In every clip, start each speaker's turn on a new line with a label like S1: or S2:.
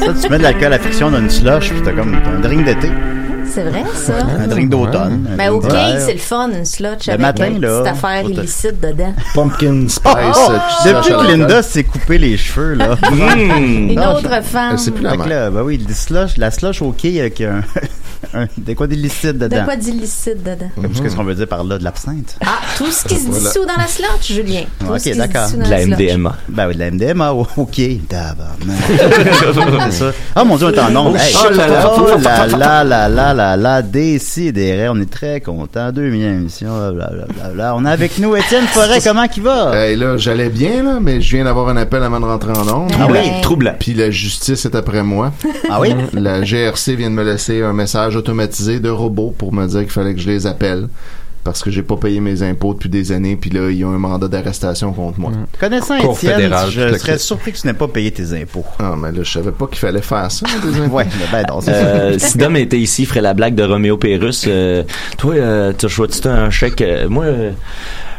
S1: Ça, tu mets de l'alcool à fiction dans une slush, puis t'as comme un drink d'été,
S2: C'est vrai, ça?
S1: un drink d'automne. un
S2: Mais au
S1: drink
S2: cake,
S1: d'hiver.
S2: c'est le fun, une slotch
S1: Le
S2: avec
S1: matin,
S2: une
S1: là,
S2: petite affaire
S1: faut te-
S2: illicite dedans.
S3: Pumpkin Spice.
S1: Oh, oh,
S3: euh,
S1: depuis
S3: slush
S1: que
S3: à
S1: Linda s'est coupé les cheveux, là.
S2: Une
S1: Non,
S2: autre femme.
S3: Mmh. Ben, c'est plus la
S1: Fait que
S3: même.
S1: là, bah oui, des slush- la slush au quai avec un, un- des quoi d'illicite
S2: De
S1: dedans.
S2: quoi d'illicite dedans?
S3: Mmh.
S1: Qu'est-ce qu'on veut dire par là? De l'absinthe?
S2: Ah, tout ce qui se dissout dans la slotch, Julien. Tout
S1: Ok,
S2: ce qui se
S1: d'accord.
S2: dissout dans
S4: De la
S2: slotch.
S4: MDMA.
S1: Ben oui, de la MDMA, oh, ok. Tabarnak. C'est ça. Ah mon dieu, on est en nombre. Hey, Oh là là, oh là là là là là là, décidérez, on est très contents. 2 millions d'émissions, blablabla. On a avec nous Étienne Forêt, comment qui
S4: Ah.
S1: va?
S3: Hey, là, j'allais Eh bien, là, mais je viens d'avoir un appel avant de rentrer en onde.
S1: Ah oui,
S2: Ouais.
S4: Troublant.
S3: Puis la justice est après moi.
S1: Ah oui?
S3: La GRC vient de me laisser un message automatisé de robot pour me dire qu'il fallait que je les appelle parce que j'ai pas payé mes impôts depuis des années. Puis là, ils ont un mandat d'arrestation contre moi.
S1: Hmm. Connaissant
S5: Cour
S1: Étienne,
S5: fédérale, toute
S1: je
S5: la
S1: serais
S5: clique.
S1: surpris que tu n'aies pas payé tes impôts.
S3: Ah, mais là, je savais pas qu'il fallait faire ça. hein, des impôts.
S1: Ouais, mais ben non, c'est ça.
S4: Euh, si Dom était ici, il ferait la blague de Roméo Pérus. euh, toi, euh, tu reçois-tu un chèque? Euh, moi, euh,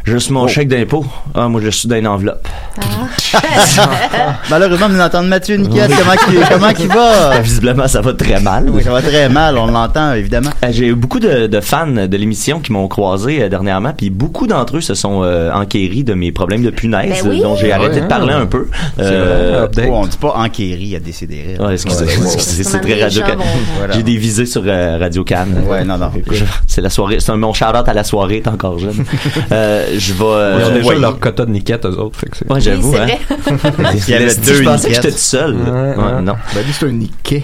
S4: juste mon chèque d'impôt. Ah, moi, je suis dans une enveloppe.
S1: Ah. Malheureusement, nous entendons Mathieu Niquette, comment qui, comment qui va?
S4: Visiblement, ça va très mal.
S1: Oui, ça va très mal, on l'entend évidemment.
S4: Euh, J'ai eu beaucoup de, de fans de l'émission qui m'ont croisé euh, dernièrement, puis beaucoup d'entre eux se sont euh, enquéris de mes problèmes de punaise,
S2: Ben oui.
S4: euh, dont j'ai arrêté de parler
S1: hein.
S3: hein.
S4: un peu. Euh,
S1: Oh, on dit pas enquérir à décider.
S4: ouais, excusez, excusez, c'est très
S2: Les
S4: radio.
S2: gens vont-
S1: Voilà.
S4: J'ai des visées sur euh, Radio Cannes.
S1: Ouais, non, non.
S4: Je- C'est la soirée. C'est un- mon shout à la soirée, t'es encore jeune. Euh, je vais. euh,
S5: Ils ont déjà
S4: ouais,
S5: leur quota de niquette, eux autres. Fait que c'est-
S4: ouais, j'avoue.
S2: Oui,
S4: hein.
S2: c'est
S1: Il y avait
S4: Laisse-
S1: deux
S4: je pensais que
S1: niquettes.
S4: j'étais tout seul.
S5: Ouais,
S4: Ouais,
S5: ouais.
S4: Non.
S3: Ben, lui, c'est un niquet.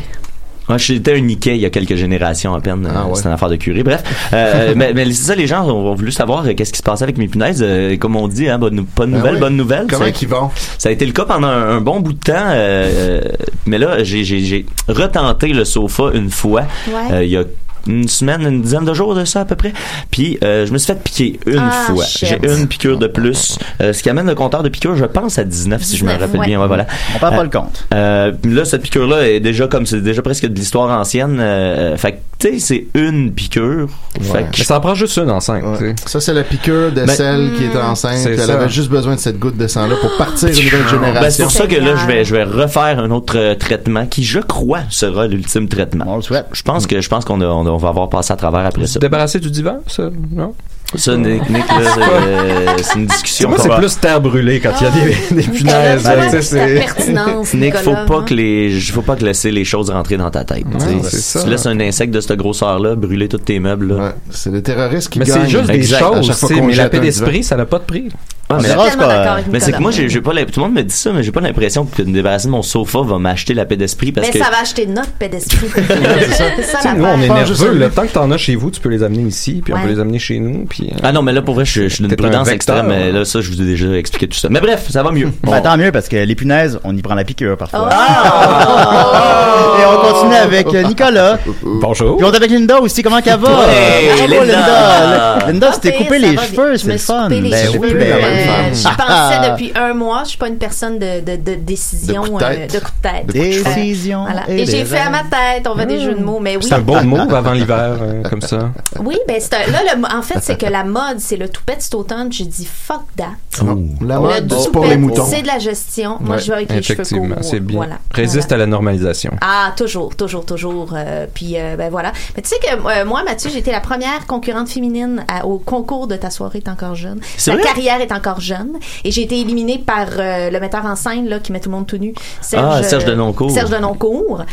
S4: Moi, j'étais un Nikkei il y a quelques générations à peine.
S3: Ah
S4: Euh,
S3: ouais.
S4: C'était une affaire de curé. Bref, Euh, mais, mais c'est ça, les gens ont, ont voulu savoir euh, qu'est-ce qui se passait avec mes punaises. Euh, comme on dit, hein, bonne, pas de
S3: Ben
S4: nouvelles,
S3: oui.
S4: bonne nouvelle.
S3: Comment
S4: Ça-
S3: qu'ils vont?
S4: Ça a été le cas pendant un, un bon bout de temps, euh, euh, mais là, j'ai- j'ai j'ai retenté le sofa une fois,
S2: Ouais.
S4: euh, il y a une semaine, une dizaine de jours de ça à peu près, puis euh, je me suis fait piquer une
S2: Ah,
S4: fois.
S2: shit.
S4: J'ai une piqûre de plus, euh, ce qui amène le compteur de piqûres, je pense, à 19 si je me
S2: 19,
S4: rappelle
S2: ouais.
S4: bien. Ouais, voilà.
S1: On perd pas le compte.
S4: Euh, là, cette piqûre-là est déjà comme c'est déjà presque de l'histoire ancienne. euh, fait que, tu sais, c'est une piqûre. Fait que
S5: Mais ça en prend juste une enceinte.
S3: Ouais. Ça, c'est la piqûre de
S4: Ben,
S3: celle qui
S1: hmm,
S3: était enceinte.
S5: c'est
S3: puis Elle
S5: ça.
S3: avait juste besoin de cette goutte de sang-là pour partir une nouvelle
S4: Ben, c'est
S3: génération.
S4: pour ça que là,
S2: Seigneur.
S4: je vais, je vais refaire un autre euh, traitement qui, je crois, sera l'ultime traitement.
S1: On le souhaite.
S4: Je pense que je pense qu'on a- on, a- on va avoir passé à travers après ça.
S5: Débarrasser du divan, ça, non?
S4: Ça, Nick, Nick, là, c'est, euh, c'est une discussion.
S5: Moi,
S4: qu'on
S5: c'est
S4: va-
S5: plus terre brûlée quand il y a des, des punaises.
S2: Nicolas,
S5: là,
S2: Ah.
S5: tu sais,
S2: c'est la
S5: c'est-
S2: pertinence,
S4: Nick, faut
S2: Nicolas,
S4: pas
S2: hein.
S4: que les, faut pas que laisser les choses rentrer dans ta tête. tu sais.
S5: Non, c'est ça.
S4: tu laisses un insecte de cette grosseur-là brûler tous tes meubles. Là.
S3: Ouais, c'est les terroristes qui
S5: Mais
S3: gagnent.
S5: c'est juste des
S4: Exact, à
S5: choses,
S3: chaque fois
S5: tu sais,
S3: qu'on
S5: mais la
S3: jette
S5: paix
S3: un divan.
S5: d'esprit, ça n'a pas de prix.
S4: Ah,
S1: On
S4: mais
S1: verra,
S2: tellement
S1: c'est pas-
S2: d'accord avec
S4: mais c'est que
S2: Nicolas.
S4: moi, j'ai j'ai pas la- tout le monde me dit ça, mais j'ai pas l'impression que me débarrasser de mon sofa va m'acheter la paix d'esprit parce
S2: Mais
S4: que.
S2: Ben, ça va acheter notre pédestre. c'est ça,
S5: Tu sais, nous,
S2: l'affaire.
S5: on est
S3: Pas juste
S5: nerveux.
S3: ça.
S5: Le temps que t'en as chez vous, tu peux les amener ici, puis on peut
S2: Ouais.
S5: les amener chez nous, puis. euh,
S4: Ah non, mais là, pour vrai, je, je suis d'une
S5: T'es un
S4: prudence
S5: vecteur,
S4: extrême.
S5: hein.
S4: Là, ça, je vous ai déjà expliqué tout ça. Mais bref, ça va mieux. Bon.
S1: Ben, tant mieux parce que les punaises, on y prend la piqûre parfois.
S2: Ah!
S1: Et on continue avec euh, Nicolas.
S5: Bonjour.
S1: Puis on est avec Linda aussi, comment qu'elle va?
S4: Ouais,
S1: Bravo,
S4: Linda.
S1: Linda! L- Linda, tu t'es
S2: Pas pire,
S1: coupé
S2: ça
S1: les
S2: va
S1: cheveux,
S2: bien.
S1: c'est le fun.
S2: Je me suis coupé les
S1: Ben
S2: cheveux.
S1: oui,
S3: cheveux,
S1: ben
S3: la
S1: oui.
S2: Euh,
S3: même
S2: je
S3: femme.
S1: Ah.
S2: pensais depuis un mois, je suis pas une personne de, de, de décision,
S3: De coup de
S2: euh,
S3: tête.
S2: de coup de tête.
S1: Décision.
S2: Voilà. Et,
S1: des
S2: j'ai fait à
S1: rêves.
S2: ma tête, on fait des jeux de mots, mais oui.
S5: C'est un bon mot avant l'hiver, euh, comme ça.
S2: Oui, ben c'est un- là le, en fait c'est que la mode, c'est le toupet de cet automne, j'ai dit fuck that.
S3: La
S2: Le
S3: mode, c'est pour
S2: toupet,
S3: les moutons.
S2: C'est de la gestion. Moi
S3: Ouais,
S2: je vais avec les cheveux courts.
S5: Effectivement, c'est bien.
S2: Voilà.
S5: Résiste
S2: Voilà.
S5: à la normalisation.
S2: Ah, toujours, toujours, toujours. euh, puis, euh, ben voilà. Mais tu sais que euh, moi, Mathieu, j'étais la première concurrente féminine à- au concours de Ta soirée est encore jeune.
S4: C'est
S2: Ta
S4: vrai?
S2: carrière est encore jeune. Et j'ai été éliminée par euh, le metteur en scène là, qui met tout le monde tout nu.
S4: Ah, Serge Denoncourt.
S2: Serge Denoncourt.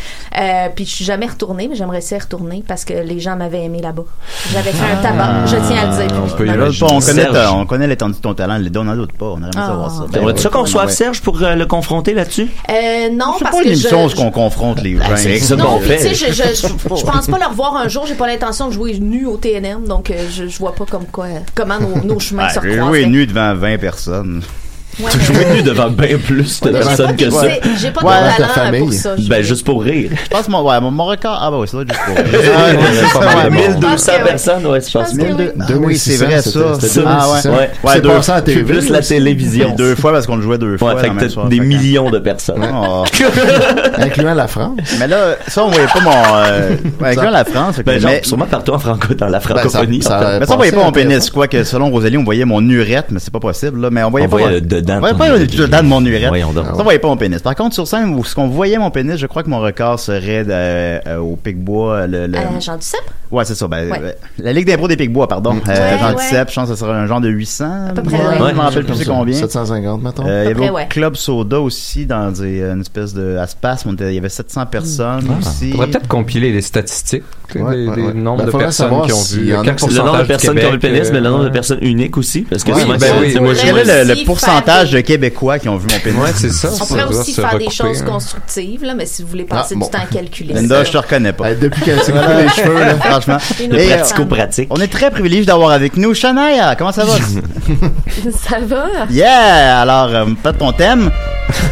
S2: Euh, puis je suis jamais retournée, mais j'aimerais s'y retourner parce que les gens m'avaient aimé là-bas. J'avais fait un tabac, je tiens à le dire.
S5: peut y
S1: Ben là,
S5: imaginer.
S1: bon, on, connaît,
S4: Serge.
S1: ta- on connaît l'étendue de ton talent, Linda, on n'en doute pas. On aimerait bien
S2: Ah.
S1: savoir
S5: Ben,
S1: ça. Ben,
S4: T'aimerais-tu ça qu'on reçoive
S1: ouais.
S4: Serge pour euh, le confronter là-dessus?
S2: Euh, non,
S1: C'est
S2: parce
S1: pas
S2: que
S1: une émission où
S2: je, Ben,
S1: on confronte les gens.
S4: c'est ça
S2: Non,
S4: qu'on
S2: puis
S4: fait.
S2: tu sais, je, je, je, je pense pas le revoir un jour. J'ai pas l'intention de jouer nu au TNM, donc euh, je, je vois pas comme quoi, comment nos, nos chemins
S1: Ah,
S2: se
S1: J'ai
S2: recroisent.
S1: joué nu devant 20 personnes.
S2: Ouais,
S4: Tu
S2: mais-
S4: joues nu devant bien plus de
S2: mais j'ai pas-
S4: personnes que ça.
S2: tu sais, J'ai pas de
S3: Ouais, ta
S2: talent euh, pour
S3: famille.
S2: ça. je-
S4: Ben, juste pour rire.
S1: Je pense que mon, ouais, mon- mon record. Ah, bah oui, c'est là, juste pour.
S5: c'est pas mal.
S1: Ouais,
S2: Ah,
S1: ouais,
S4: 1200
S2: Parce que-
S4: personnes, ouais,
S2: pense
S4: tu penses
S2: que-
S4: bien.
S2: oui.
S1: Ah oui, c'est vrai, ça.
S4: c'était
S1: Ah, ouais.
S4: 1600.
S3: ouais.
S4: Ouais.
S3: C'est
S1: deux-
S3: passé à la
S1: puis
S3: TV.
S4: Plus la télévision.
S1: puis deux fois parce qu'on le jouait deux fois.
S4: Ouais, fait que
S1: dans la
S4: t'as
S1: même soirée,
S4: des
S1: fait que-
S4: millions de personnes.
S1: Ah.
S3: Incluant la France.
S1: Mais là, ça, on voyait pas mon. Euh, ouais, quand la France. fait que-
S4: Ben, genre,
S1: mais,
S4: sûrement partout en franco,
S5: Ben,
S4: dans la francophonie.
S3: Ben, ça-
S4: en fait.
S3: ça-
S1: mais ça, on voyait pas mon
S3: pensait
S1: pénis.
S3: intéressant.
S1: Quoique, selon Rosalie, on voyait mon urette, mais c'est pas possible, là. Mais on voyait
S4: On
S1: pas.
S4: voyait
S1: mon-
S4: le dedans
S1: On
S4: de
S1: voyait
S4: ton
S1: pas le
S4: urètre.
S1: dedans de mon urette.
S4: Voyons donc.
S1: Ça, on voyait pas mon pénis. Par contre, sur scène, où ce qu'on voyait mon pénis, je crois que mon record serait euh, euh, au Pic-Bois. Le, le-
S2: Euh, Jean Duceppe?
S1: Ouais, c'est ça. Ben,
S2: Ouais. Mm.
S1: euh, La Ligue d'impro des Pic-Bois, pardon. Euh,
S2: Ouais, ouais.
S1: Jean Duceppe, je pense que ce serait un genre de 800.
S2: peu près, ouais.
S1: Je me rappelle plus c'est combien.
S3: 750, mettons.
S1: Euh, il y
S2: peu
S1: avait
S2: près,
S1: au
S2: ouais.
S1: Club Soda aussi, dans des, une espèce de espace, il y avait 700 personnes
S2: Mm.
S4: Ah,
S1: aussi.
S5: Ah. Faudrait peut-être compiler les statistiques, tu sais,
S3: Ouais,
S5: des,
S3: ouais,
S5: des
S3: ouais.
S5: nombres
S3: Ben,
S5: de
S3: faudrait
S5: personnes
S3: savoir
S5: qui ont
S3: s'il
S5: vu,
S3: y en a-
S5: quel
S4: Le nombre de
S5: pourcentage du
S4: personnes qui ont le
S5: Québec,
S4: pénis,
S5: euh,
S4: mais le nombre de
S5: ouais.
S4: personnes uniques aussi. Parce que
S3: Oui,
S4: souvent,
S5: ben
S4: c'est-
S5: oui,
S4: c'est-
S5: oui,
S4: moi,
S2: oui.
S4: je-
S1: Quel est le, le
S2: aussi
S1: pourcentage
S2: faire
S1: de Québécois qui ont vu mon pénis?
S5: Ouais, c'est ça.
S2: On
S5: ça
S2: pourrait
S5: doit
S2: aussi
S5: se
S2: faire des
S5: recouper,
S2: choses
S5: hein.
S2: constructives, là, mais si vous voulez passer
S3: Ah,
S2: du
S3: bon.
S2: temps à calculer.
S1: Linda,
S2: ça.
S1: je te reconnais pas.
S3: Euh, depuis qu'elle s'est coupé
S1: Voilà.
S3: les cheveux, là.
S1: Franchement.
S2: Une
S4: le
S1: Et, euh,
S4: pratico-pratique.
S1: on est très privilégié d'avoir avec nous Shania. Comment ça va?
S6: Ça va?
S1: yeah! Alors, euh, pas de ton thème.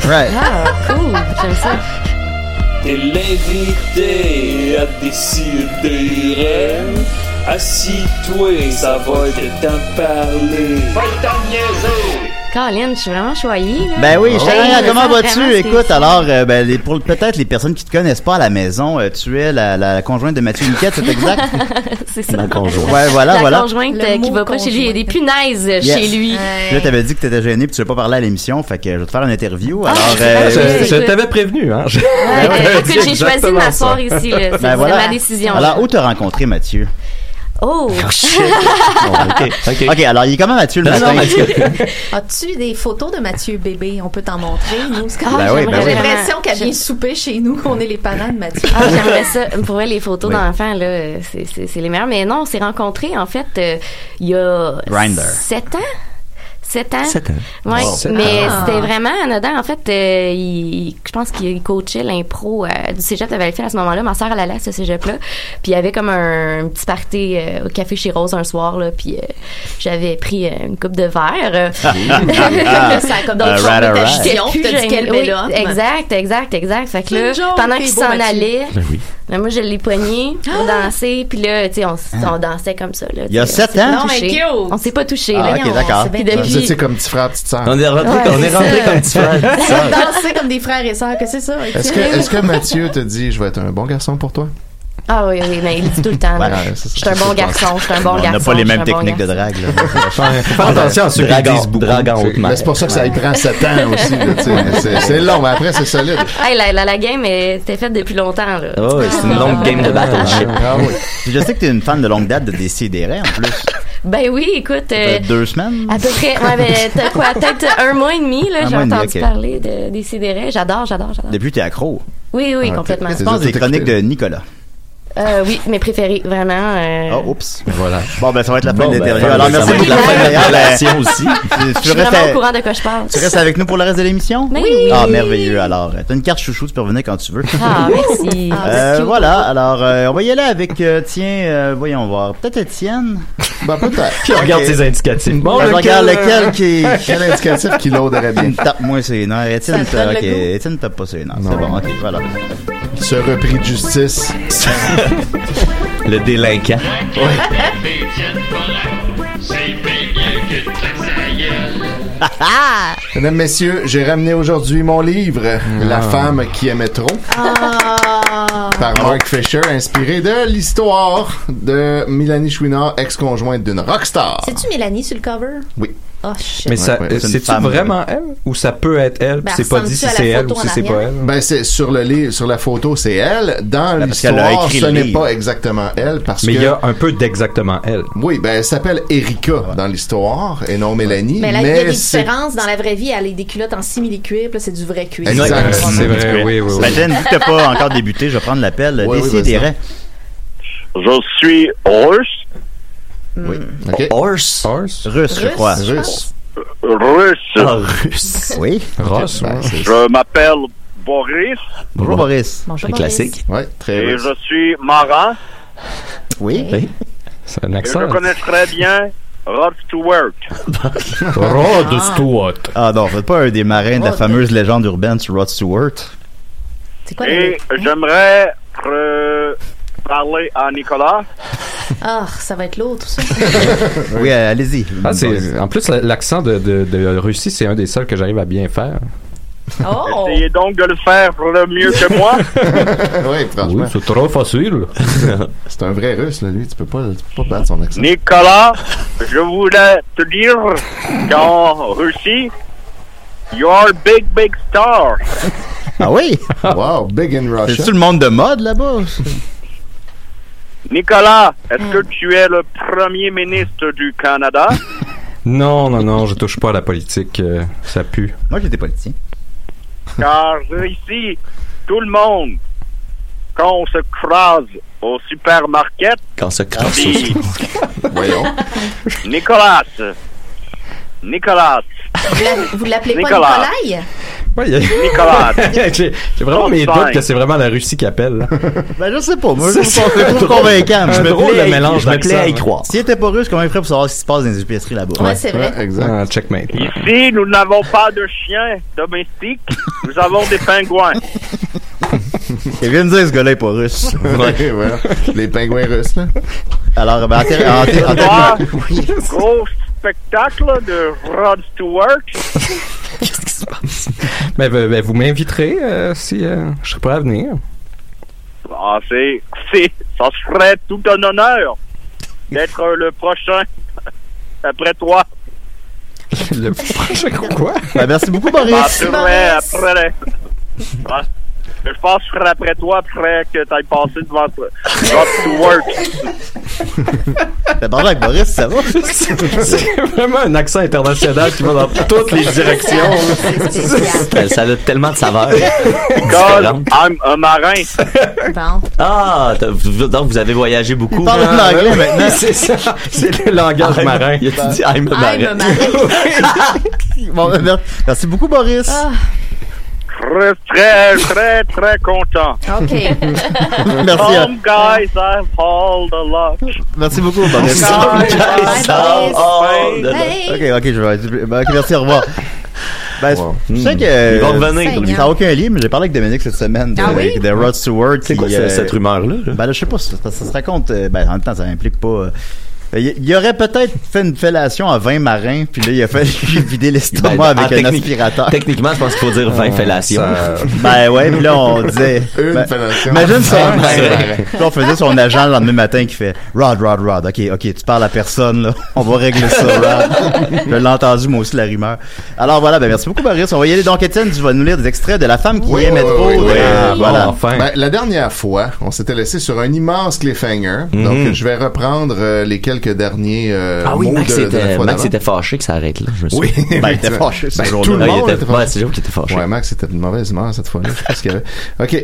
S1: Right.
S6: Ah, cool! J'aime ça.
S7: T'es l'invité à décider. Assis-toi, ça va être temps de parler. Va t'en niaiser!
S6: Colin, je suis vraiment choyée, là.
S1: Ben oui,
S6: Oh.
S1: Shania,
S6: Hey,
S1: comment
S6: vraiment,
S1: vas-tu?
S6: c'est-
S1: Écoute, alors, euh, ben, les- pour peut-être les personnes qui te connaissent pas à la maison, euh, tu es la, la conjointe de Mathieu Niquette, c'est exact?
S6: c'est ça.
S4: Ma conjointe.
S1: Ouais, voilà,
S6: la
S1: voilà.
S6: conjointe
S2: Le
S6: euh, qui
S2: mot
S6: va pas chez lui. Il y a des punaises euh,
S1: Yes.
S6: chez lui.
S1: Puis Là, t'avais dit que t'étais gêné puis tu veux pas parler à l'émission, fait que je vais te faire une interview. Alors, euh,
S5: Ah,
S6: Ouais.
S5: Je, je t'avais prévenu, hein. je-
S6: Ouais,
S5: Ouais,
S6: écoute, j'ai choisi de
S5: exactement
S6: m'asseoir
S5: ça.
S6: ici, là. C'est c'est
S1: ben
S6: ma décision.
S1: Alors,
S6: là.
S1: où t'as rencontré Mathieu?
S6: Oh!
S4: Ok, ok.
S1: Ok, alors il est comment
S2: Ah,
S1: Mathieu le
S4: Non, non,
S1: matin?
S4: mais c'est que-
S2: As-tu des photos de Mathieu bébé? On peut t'en montrer, nous. c'est comme-
S6: Ah,
S1: Ben oui, ben
S2: J'ai
S6: j'aimerais
S1: oui.
S6: vraiment-
S2: l'impression qu'elle
S6: j'ai-
S2: vient souper chez nous, qu'on est les parents de Mathieu.
S6: Ah, j'aimerais ça. Pour vrai, les photos
S1: Oui.
S6: d'enfants, là, euh, c'est- c'est c'est les meilleurs. Mais non, on s'est rencontrés, en fait, euh, il y a...
S1: Grindr.
S6: 7 ans? 7 ans?
S4: Sept ans.
S6: Ouais,
S1: Wow.
S6: mais
S2: Ah.
S6: c'était vraiment anodin. En fait, euh, il, il- je pense qu'il coachait l'impro euh, du cégep de Valleyfield à ce moment-là. Ma sœur, elle allait à ce cégep-là. Puis il y avait comme un, petit party euh, au café chez Rose un soir, là. Puis euh, j'avais pris euh, une coupe de verre.
S2: Ça a comme
S1: Ah,
S2: changé
S1: right,
S2: ta
S1: right.
S6: J'étais
S2: vision, puis
S6: plus
S2: t'as dit
S6: gênée.
S2: quel
S6: Oui,
S2: bel homme.
S6: Exact, exact, exact. Fait que
S2: C'est
S6: là,
S2: une joke,
S6: pendant
S2: t'es
S6: qu'il
S2: beau,
S6: s'en
S2: Mathieu.
S6: allait,
S4: Ben oui.
S6: ben, moi, je l'ai poigné pour
S2: Ah!
S6: danser. Puis là, tu sais, on, s- on dansait comme ça, là.
S1: Ah. Il y a
S6: Tu sais, on
S1: sept
S6: s'est
S1: ans?
S6: pas
S2: Non, mais
S6: touché.
S2: cute.
S6: On s'est pas touché,
S1: Ah,
S6: là.
S1: ok, d'accord.
S2: c'est bien.
S6: Puis
S3: Vous
S6: depuis-
S3: étiez comme petit frère, petite sœur.
S4: On est rentré, on est rentré comme tu
S2: Vous
S4: fais.
S2: dansez comme des frères et sœurs, que c'est ça?
S3: Est-ce que, est-ce que Mathieu te dit, je vais être un bon garçon pour toi?
S6: Ah oui, oui, mais il dit tout le temps. là.
S1: Ouais,
S3: ouais, c'est ça,
S6: Ah, je suis un
S3: c'est ça,
S6: bon
S3: je pense.
S6: garçon, je suis un bon
S1: on
S6: garçon.
S1: n'a pas les
S6: je suis
S1: mêmes
S6: un bon
S1: techniques
S6: garçon.
S1: de drague. là.
S5: Faut attention à ceux qui
S4: Dragon-
S5: disent beaucoup.
S4: dragon
S5: tu sais.
S4: hautement.
S3: Mais c'est pour ça que ça y prend 7 ans aussi. là, tu sais. c'est, c'est long, mais après, c'est solide.
S6: Hey, la, la, la game euh, était faite depuis longtemps. Là.
S1: Ah
S4: Oh, ouais,
S6: Ah,
S4: c'est une longue game de battleship.
S3: Ah oui.
S1: Puis je sais que t'es une fan de longue date de Décideret en plus.
S6: Ben oui, écoute,
S1: Ça
S6: euh,
S1: fait deux semaines.
S6: à peu près, ouais, ben, t'as quoi, peut-être un mois et demi,
S1: Un
S6: là, j'ai
S1: mois et demi,
S6: entendu
S1: ok.
S6: parler de, des CDR. J'adore, j'adore, j'adore.
S1: Depuis, t'es accro.
S6: Oui, oui,
S3: Ah,
S6: complètement.
S3: t'es-
S1: Je pense
S3: J'ai
S1: des
S3: tout
S1: chroniques
S3: écouté.
S1: de Nicolas.
S6: Euh, oui, mes préférés, vraiment. euh,
S1: Oh, oups. Voilà. Bon, ben, ça va être la fin
S4: Bon,
S1: de
S4: ben,
S1: l'interview.
S4: ça va
S1: Alors,
S4: être
S1: merci
S4: la
S1: beaucoup de la
S4: fin
S1: fin
S4: de
S1: de
S4: l'intervention aussi.
S6: Je suis vraiment au courant de quoi je parle.
S1: Tu restes avec nous pour le reste de l'émission?
S6: Mais oui.
S1: Ah, merveilleux. Alors, euh, t'as une carte chouchou, tu peux revenir quand tu veux.
S6: Ah, merci. Ah,
S1: Euh, voilà, alors euh, on va y aller avec, euh, tiens, euh, voyons voir, peut-être Étienne.
S4: Bah,
S3: Ben peut-être.
S4: Puis on regarde ses indicatifs.
S1: Bon, je regarde lequel qui...
S3: Quel indicatif qui l'auderait bien.
S1: Tape-moi ses nerfs. Étienne,
S2: Ça donne
S1: ok,
S2: le goût.
S1: Étienne tape pas ses nerfs. C'est bon, ok, voilà.
S3: Ce repris de justice.
S4: Le délinquant.
S3: Mesdames, messieurs, j'ai ramené aujourd'hui mon livre,
S1: Ah.
S3: La femme qui aimait trop,
S2: Ah.
S3: par Mark Fisher, inspiré de l'histoire de Mélanie Chouinard, ex-conjointe d'une rockstar.
S2: C'est-tu Mélanie sur le cover?
S3: Oui.
S2: Oh, shit.
S5: Mais ça,
S3: ouais,
S5: euh,
S3: c'est une
S5: c'est-tu
S3: femme,
S5: vraiment elle ou ça peut être elle?
S2: Ben,
S5: puis c'est pas dit
S2: ressemble-tu
S5: si
S2: à la
S5: c'est elle ou
S2: photo
S5: si
S2: en
S5: c'est pas
S2: arrière?
S5: elle. Ben,
S3: Ben c'est sur le livre, sur la photo, c'est elle. Dans
S1: parce qu'elle a
S3: l'histoire,
S1: écrit
S3: ce
S1: le
S3: n'est
S1: livre.
S3: pas exactement elle parce
S5: Mais
S3: que
S5: il y a un peu d'exactement elle.
S3: oui, ben elle s'appelle Erika dans l'histoire et non Mélanie.
S2: Mais là, il y a des
S3: c'est-
S2: différences. Dans la vraie vie, elle a des culottes en simili-cuir, puis là, c'est du vrai cuir.
S3: Exact.
S5: Euh, C'est vrai,
S1: Étienne,
S5: oui, oui. oui.
S1: Ben, Étienne, vu que t'as pas encore débuté, je vais prendre l'appel.
S3: Ouais, oui, ben
S1: Décidez.
S3: vas-y.
S7: Je suis russe,
S3: Oui. Ok.
S4: Horse.
S5: Horse?
S1: Russe, je
S2: Hmm. Russe.
S1: crois.
S3: Russe.
S7: russe.
S4: Ah, russe.
S1: Oui.
S5: Ross,
S3: Ben,
S5: ouais.
S3: c'est-
S7: Je m'appelle Boris
S1: Bonjour Boris.
S2: Bonjour,
S4: Un
S2: Boris.
S4: classique.
S3: ouais, très
S7: et
S3: russe.
S7: je suis marin
S1: Oui.
S5: C'est un
S7: et je
S5: accent.
S7: connais très bien Rod Stewart.
S4: Rod Stewart.
S1: Ah non, c'est pas un des marins de la
S2: Rod.
S1: fameuse légende urbaine sur Rod Stewart.
S2: C'est quoi
S7: Et
S2: le... Hein?
S7: j'aimerais euh, parler à Nicolas.
S2: Ah, ça va être lourd, tout ça.
S1: Oui, euh, allez-y.
S5: Ah, c'est- en plus, la- l'accent de, de- de Russie, c'est un des seuls que j'arrive à bien faire.
S2: Oh!
S7: Essayez donc de le faire le mieux que moi.
S3: oui, franchement,
S5: c'est trop facile.
S3: c'est un vrai russe là, lui, tu peux pas, tu peux pas battre son accent.
S7: Nicolas, je voulais te dire qu'en Russie, you're a big, big star.
S1: Ah oui?
S3: Wow, big in Russia.
S1: C'est tout le monde de mode là-bas?
S7: Nicolas, est-ce
S2: Mm.
S7: que tu es le premier ministre du Canada?
S5: Non, non, non, je touche pas à la politique. euh, ça pue.
S1: Moi, j'étais politicien.
S7: Car ici, tout le monde, quand on se croise au supermarché,
S4: Quand ça crasse
S7: dit
S3: Voyons.
S7: Nicolas, Nicolas,
S2: Vous l'a- Vous l'appelez pas
S7: Nicolas.
S2: Nicolai?
S5: Ouais, il y a-
S7: Nicolas.
S5: J'ai j'ai vraiment mes doutes que c'est vraiment la Russie qui appelle.
S1: Ben, je sais pas. Moi,
S5: C'est-
S1: je suis pas trop convaincant.
S5: Un
S1: mais Je me
S5: drôle
S1: plais
S5: de
S1: à y-
S5: mélange
S1: je me plais à y
S5: d'accent.
S1: croire. S'il était pas russe, comment il ferait pour savoir ce qui se passe dans les épiceries là-bas?
S2: Ouais, c'est vrai.
S3: Ouais, exact.
S5: Ah, checkmate.
S7: Ici, nous n'avons pas de chiens domestiques, nous avons des pingouins.
S1: Et viens me dire, ce gars-là est pas russe.
S3: Ouais, voilà. Les pingouins russes, là. Ah!
S1: Alors, ben, en ter- en ter- en
S7: Trois
S1: terminant-
S7: gros spectacle de Rod Stewart.
S5: Mais ben, ben, vous m'inviterez euh, si euh, je serais prêt à venir.
S7: Ah, c'est, c'est, ça serait tout un honneur d'être le prochain après toi.
S5: Le prochain quoi?
S1: Ben, merci beaucoup, Boris.
S7: Ah, c'est vrai, après. les- Ah, Je pense que je serai après toi après que t'ailles passer devant toi. Rod Stewart.
S1: Ben, parle avec Boris, ça va?
S5: C'est vraiment un accent international qui va dans toutes les directions.
S2: C'est spécial.
S4: Elle, ça a tellement de saveur.
S7: God, I'm un marin.
S2: Bon.
S4: Ah, t'as- vous- donc vous avez voyagé beaucoup. hein?
S1: Parle en anglais maintenant.
S5: C'est ça, c'est le langage
S4: I'm-
S5: marin.
S4: Il a dit I'm a marin.
S2: I'm a marin.
S1: Bon, ben, ben, merci beaucoup, Boris.
S2: Ah.
S7: Très, très, très, très content.
S2: OK. Um,
S1: Merci, hein. à-
S7: Some guys have all the luck.
S3: Oh,
S1: merci beaucoup, Boris.
S7: Some
S4: Guys,
S7: guys
S4: all- all the-
S1: Ok,
S2: Hey!
S1: ok, je vais. ben, ok, merci, au revoir. Ben,
S3: Wow.
S1: je sais
S4: Ils vont
S1: que.
S4: Hmm.
S1: euh,
S4: revenir.
S2: Seigneur.
S1: Ça n'a aucun lien, mais j'ai parlé avec Dominique cette semaine de,
S2: Ah oui?
S1: de Rod Stewart.
S4: C'est quoi
S1: qui,
S4: ce-
S1: euh,
S4: cette rumeur-là? là?
S1: Ben là, je sais pas, ça, ça- ça se raconte. euh, Ben, en même temps, ça implique pas. euh, Il y- il y aurait peut-être fait une fellation à 20 marins, puis là, il a fallu vider l'estomac
S4: Ben, en
S1: avec un
S4: technique-
S1: aspirateur.
S4: Techniquement, je pense qu'il faut dire 20 fellations.
S5: Ah, Ça-
S1: Ben ouais, puis là, on disait.
S3: Une
S1: ben,
S3: fellation.
S1: Imagine ça.
S3: Ah, c'est vrai.
S1: on faisait son agent le lendemain matin qui fait Rod, Rod, Rod. Ok, ok, tu parles à personne, là. On va régler ça, Rod. Je l'ai entendu, moi aussi, la rumeur. Alors voilà, ben merci beaucoup, Boris. On va y aller. Donc, Étienne, tu vas nous lire des extraits de La femme qui
S3: Oui,
S1: aimait
S3: oui,
S1: trop.
S3: oui, oui.
S1: Ah,
S5: Bon,
S1: voilà.
S5: enfin.
S3: Ben, la dernière fois, on s'était laissé sur un immense cliffhanger.
S4: Mhm.
S3: Donc, je vais reprendre euh, les quelques derniers euh,
S4: Ah oui,
S3: mots
S4: Max
S3: de, de la
S4: était,
S3: fois
S4: Max
S3: d'avant.
S4: était fâché que ça arrête là. Je me
S3: Oui,
S4: souviens.
S1: Ben, il était fâché ce
S3: Ben,
S1: jour-là.
S3: tout le
S4: Ah, il
S3: monde
S4: était,
S3: était
S4: ouais,
S3: fâché.
S4: c'est Joe qui était fâché.
S3: Ouais, Max était une mauvaise humeur cette fois-là. Je sais pas ce qu'il y avait.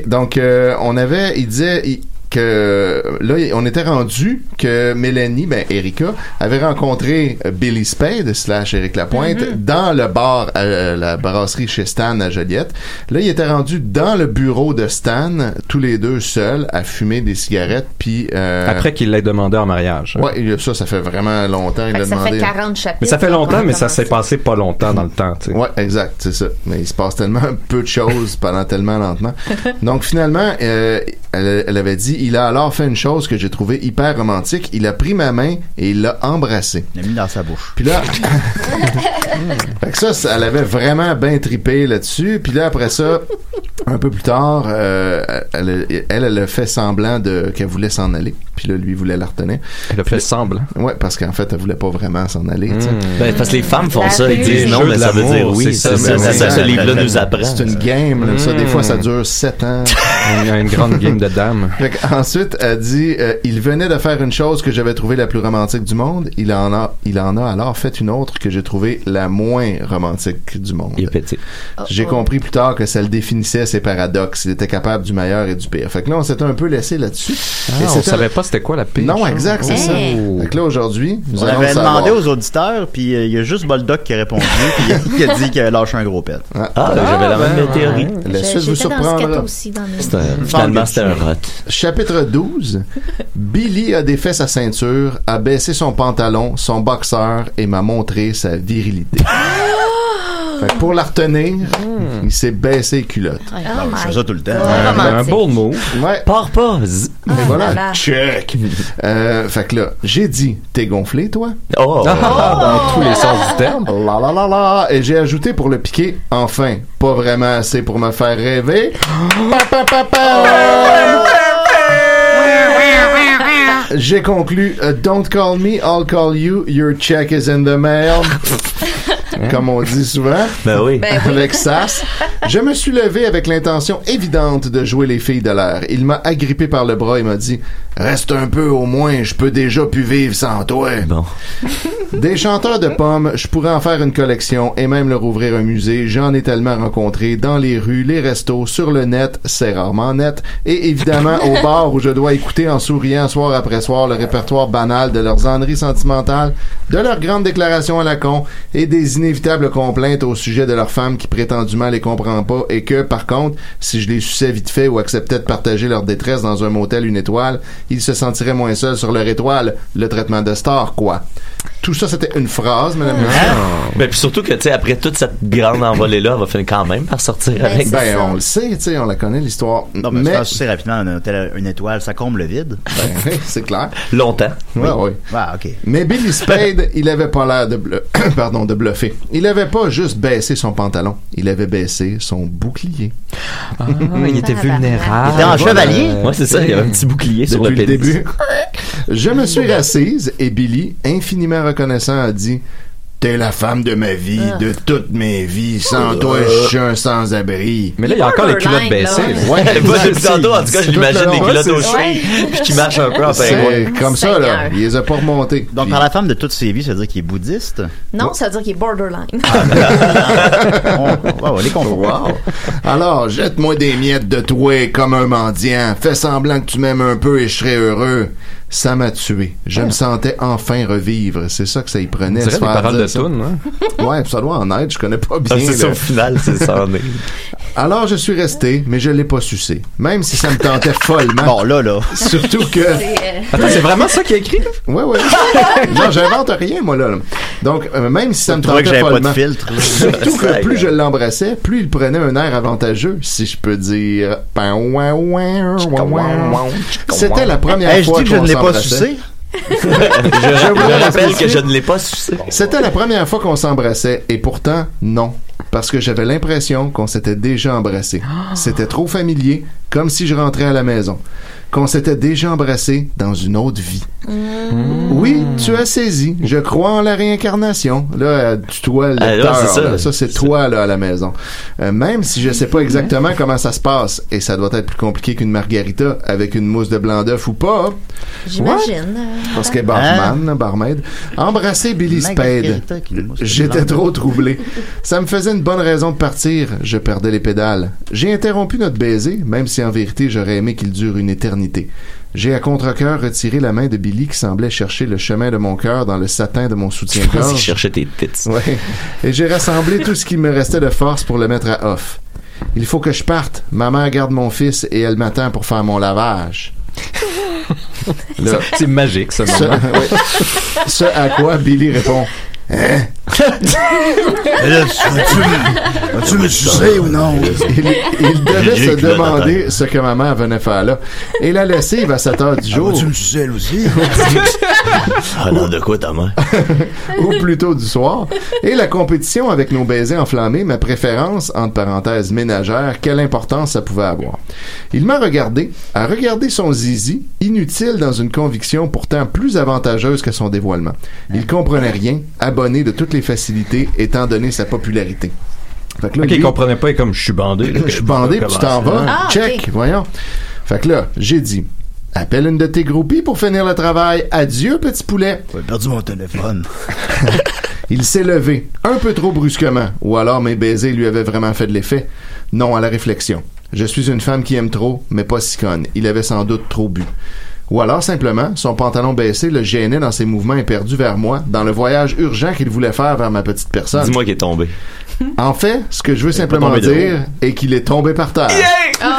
S3: OK, donc, euh, on avait... Il disait... il- que là, on était rendu que Mélanie, ben Erika, avait rencontré euh, Billy Spade slash Eric Lapointe
S2: Mm-hmm.
S3: dans le bar à euh, la brasserie chez Stan à Joliette. Là, il était rendu dans le bureau de Stan, tous les deux seuls, à fumer des cigarettes, puis... euh,
S5: Après qu'il l'ait demandé en mariage. hein.
S3: Ouais, il- ça, ça fait vraiment longtemps. il
S2: Fait
S3: l'a
S2: que ça
S3: demandé.
S2: fait 40 chapitres.
S5: Mais ça fait longtemps, mais ça
S2: Comment
S5: s'est passé pas longtemps dans le temps. tu sais.
S3: Ouais, exact, c'est ça. Mais il se passe tellement peu de choses pendant tellement lentement. Donc finalement, euh, elle, elle avait dit, il a alors fait une chose que j'ai trouvée hyper romantique. Il a pris ma main et il l'a embrassée.
S1: Il l'a mis dans sa bouche.
S3: Puis là, Ah. fait que ça, ça, elle avait vraiment bien tripé là-dessus. Puis là, après ça, un peu plus tard, euh, elle, elle, elle a fait semblant de qu'elle voulait s'en aller. Puis là, lui voulait la retenir.
S5: Elle a fait semblant. Hmm.
S3: Ouais, parce qu'en fait, elle voulait pas vraiment s'en aller. tu sais.
S4: Ben, parce que les femmes font ça, ils disent
S5: Le
S4: non,
S5: jeu
S4: mais
S5: de
S4: ça veut
S5: l'amour,
S4: dire oui.
S5: c'est ça,
S4: C'est ça,
S5: ben
S4: c'est
S5: oui.
S4: ça, ce livre-là nous apprend.
S3: C'est une game, là, ça. Des fois, ça dure 7 ans.
S5: Hmm. Il y a une grande game de dames.
S3: Fait que ensuite, elle dit euh, Il venait de faire une chose que j'avais trouvée la plus romantique du monde. Il en a, il en a alors fait une autre que j'ai trouvée la moins romantique du monde.
S4: Il est petit.
S5: Oh,
S3: J'ai compris plus tard que ça le définissait, ses paradoxes. Il était capable du meilleur et du pire. Fait que là, on s'était un peu laissé là-dessus.
S5: Ah,
S3: Et
S5: on
S3: c'était-
S5: savait pas c'était quoi la pire. Oh.
S3: Non, exact, c'est ça.
S2: Hey.
S3: Fait que là, aujourd'hui, nous
S1: On
S3: allons
S1: avait
S3: le savoir.
S1: demandé aux auditeurs, puis euh, il y a juste Boldoc qui a répondu, puis il a- qui a dit qu'il avait lâché un gros pet.
S3: Ah,
S4: Ah,
S3: voilà.
S4: j'avais la même
S5: ouais.
S4: théorie.
S3: La
S2: J'ai-
S3: suite vous
S2: J'étais dans ce
S3: surprendra.
S2: cas aussi dans mes-
S4: C'est un- Finalement, c'était un rot.
S3: Chapitre 12. Billy a défait sa ceinture, a baissé son pantalon, son boxeur et m'a montré sa virilité.
S2: Ah!
S3: Fait que pour la retenir, il s'est baissé les culottes.
S2: Hmm. Oh
S1: Je fais
S2: my
S1: ça tout le temps.
S5: Un, un
S6: Romantique.
S5: beau mot.
S3: Ouais.
S4: Pars pas! zzz.
S3: Et voilà.
S2: là là.
S3: Check. Euh, fait que là, j'ai dit, t'es gonflé, toi?
S4: Oh!
S5: dans tous les sens du terme.
S3: La la la la. Et j'ai ajouté pour le piquer, enfin, pas vraiment assez pour me faire rêver. Pa, pa, pa, pa. J'ai conclu euh, Don't call me, I'll call you, your check is in the mail. Comme on dit souvent.
S4: Ben oui.
S3: Avec Sass. Je me suis levé avec l'intention évidente de jouer les filles de l'air. Il m'a agrippé par le bras et m'a dit Reste un peu au moins, je peux déjà plus vivre sans toi.
S4: Bon.
S3: Des chanteurs de pommes, je pourrais en faire une collection et même leur ouvrir un musée. J'en ai tellement rencontré dans les rues, les restos, sur le net, c'est rarement net, et évidemment au bar où je dois écouter en souriant soir après soir le répertoire banal de leurs enneries sentimentales, de leurs grandes déclarations à la con et des inévitables complaintes au sujet de leur femme qui prétendument les comprend pas et que, par contre, si je les suçais vite fait ou acceptais de partager leur détresse dans un motel une étoile, ils se sentiraient moins seuls sur leur étoile. Le traitement de star, quoi. Tout ça, c'était une phrase, madame.
S4: Ben, puis surtout que, tu sais, après toute cette grande envolée-là, elle va finir quand même par sortir avec.
S3: Ben, on le sait, tu sais, on la connaît, l'histoire.
S1: Non, mais, mais... c'est rapidement, un hôtel, une étoile, ça comble le vide.
S3: Ben, c'est clair.
S4: Longtemps.
S3: Ouais, ouais.
S1: Ah, ok.
S3: Mais Billy Spade, il avait pas l'air de, bleu- pardon, de bluffer. Il avait pas juste baissé son pantalon. Il avait baissé son bouclier.
S4: Ah,
S5: il était vulnérable.
S1: Il était en chevalier.
S4: Ouais, c'est ça, il y avait un petit bouclier sur le
S3: Depuis le
S4: pénis.
S3: début. Je me suis rassise et Billy, infiniment reconnaissant, a dit T'es la femme de ma vie,
S5: Ah.
S3: de toutes mes vies.
S4: Ah.
S3: Sans toi, je suis un sans-abri.
S5: Mais là, il y a encore les culottes baissées.
S2: Borderline,
S3: Ouais,
S4: Moi, depuis tantôt, en tout cas, je
S3: Tout le
S4: l'imagine
S3: long,
S4: les culottes aux
S3: c'est-
S4: chevilles, puis qui marche un peu en pingouin.
S3: C'est comme ça, là.
S2: Seigneur.
S3: Il les a pas remontés.
S1: Donc,
S3: Puis-
S1: par la femme de toutes ses vies, ça veut dire qu'il est bouddhiste.
S2: Non, ça veut dire qu'il est borderline.
S5: Ah,
S1: On, ouais, ouais, les confond.
S3: Wow. Alors, jette-moi des miettes de toi comme un mendiant. Fais semblant que tu m'aimes un peu et je serai heureux. Ça m'a tué. Je me sentais enfin revivre. C'est ça que ça y
S5: Ah. On
S3: prenait.
S5: dirait
S3: se
S5: des
S3: faire
S5: paroles
S3: dire
S5: de
S3: ça.
S5: Toon. hein.
S3: Ouais, ça doit en être. Je connais pas bien.
S4: Ah, c'est ça,
S3: là.
S4: au final, c'est ça, on est.
S3: Alors, je suis resté, mais je l'ai pas sucé. Même si ça me tentait follement.
S1: Bon, là, là.
S3: Surtout que.
S5: Attends, c'est vraiment ça qui est écrit, là?
S3: Ouais, ouais. non, j'invente rien, moi, là. là. Donc, euh, même si ça me
S1: Tu vois
S3: tentait
S1: que j'avais pas de
S3: follement.
S1: filtre. là.
S3: Surtout que
S4: Sac.
S3: plus je l'embrassais, plus il prenait un air avantageux, si je peux dire. Pan, ouin, ouin, ouin, ouin. C'était la première
S1: Hey, je
S3: fois
S1: dis que je
S3: qu'on
S1: ne l'ai pas
S3: s'embrassait.
S1: sucé.
S3: Je voulais
S4: Je
S3: la
S4: rappelle que
S3: spécifier.
S4: je ne l'ai pas sucé.
S3: C'était la première fois qu'on s'embrassait, et pourtant, non. Parce que j'avais l'impression qu'on s'était déjà embrassé. C'était trop familier, comme si je rentrais à la maison. Qu'on s'était déjà embrassé dans une autre vie. Oui, tu as saisi. Je crois en la réincarnation. Là, euh, tu toi, le
S4: Ah, là,
S3: lecteur,
S4: c'est ça.
S3: là. ça c'est toi là à la maison. Euh, même si je sais pas exactement comment ça se passe, et ça doit être plus compliqué qu'une margarita avec une mousse de blanc d'œuf ou pas,
S2: J'imagine. euh,
S3: parce que barman,
S4: Hein?
S3: là, barmaid, embrasser Billy Spade.
S1: Margarita qui nous-
S3: J'étais trop troublé. Ça me faisait une bonne raison de partir. Je perdais les pédales. J'ai interrompu notre baiser, même si en vérité j'aurais aimé qu'il dure une éternité. J'ai à contre-cœur retiré la main de Billy qui semblait chercher le chemin de mon cœur dans le satin de mon
S4: Je pense qu'il
S3: soutien-gorge.
S4: cherchait tes tits.
S3: Ouais. Et j'ai rassemblé tout ce qui me restait de force pour le mettre à off. Il faut que je parte. Ma mère garde mon fils et elle m'attend pour faire mon lavage. Là,
S5: C'est magique, ce
S3: ce,
S5: moment.
S3: ouais. Ce à quoi Billy répond Hein
S1: tu me sucer ou non?
S3: Il, il devait se demander ce que ma mère venait faire là. Et la lessive à 7 heures du jour,
S1: me sucer elle aussi?
S4: Ah non, de quoi ta mère?
S3: ou plutôt du soir, et la compétition avec nos baisers enflammés, ma préférence, entre parenthèses ménagère, quelle importance ça pouvait avoir. Il m'a regardé, a regardé son zizi, inutile dans une conviction pourtant plus avantageuse que son dévoilement. Il comprenait rien, abonné de toutes les facilités, étant donné sa popularité. Fait que là,
S5: Ok,
S3: lui-
S5: il comprenait pas, il est comme je suis bandé.
S3: je suis bandé, puis tu t'en vas.
S2: Ah, ok.
S3: Check, voyons. Fait que là, j'ai dit, appelle une de tes groupies pour finir le travail. Adieu, petit poulet.
S1: J'ai perdu mon téléphone.
S3: Il s'est levé, un peu trop brusquement, ou alors mes baisers lui avaient vraiment fait de l'effet. Non, à la réflexion. Je suis une femme qui aime trop, mais pas si conne. Il avait sans doute trop bu. Ou alors, simplement, son pantalon baissé le gênait dans ses mouvements éperdus vers moi, dans le voyage urgent qu'il voulait faire vers ma petite personne.
S4: Dis-moi qu'il est tombé.
S3: En fait, ce que je veux simplement
S4: tombé de
S3: dire est qu'il est tombé par terre.
S2: Ah.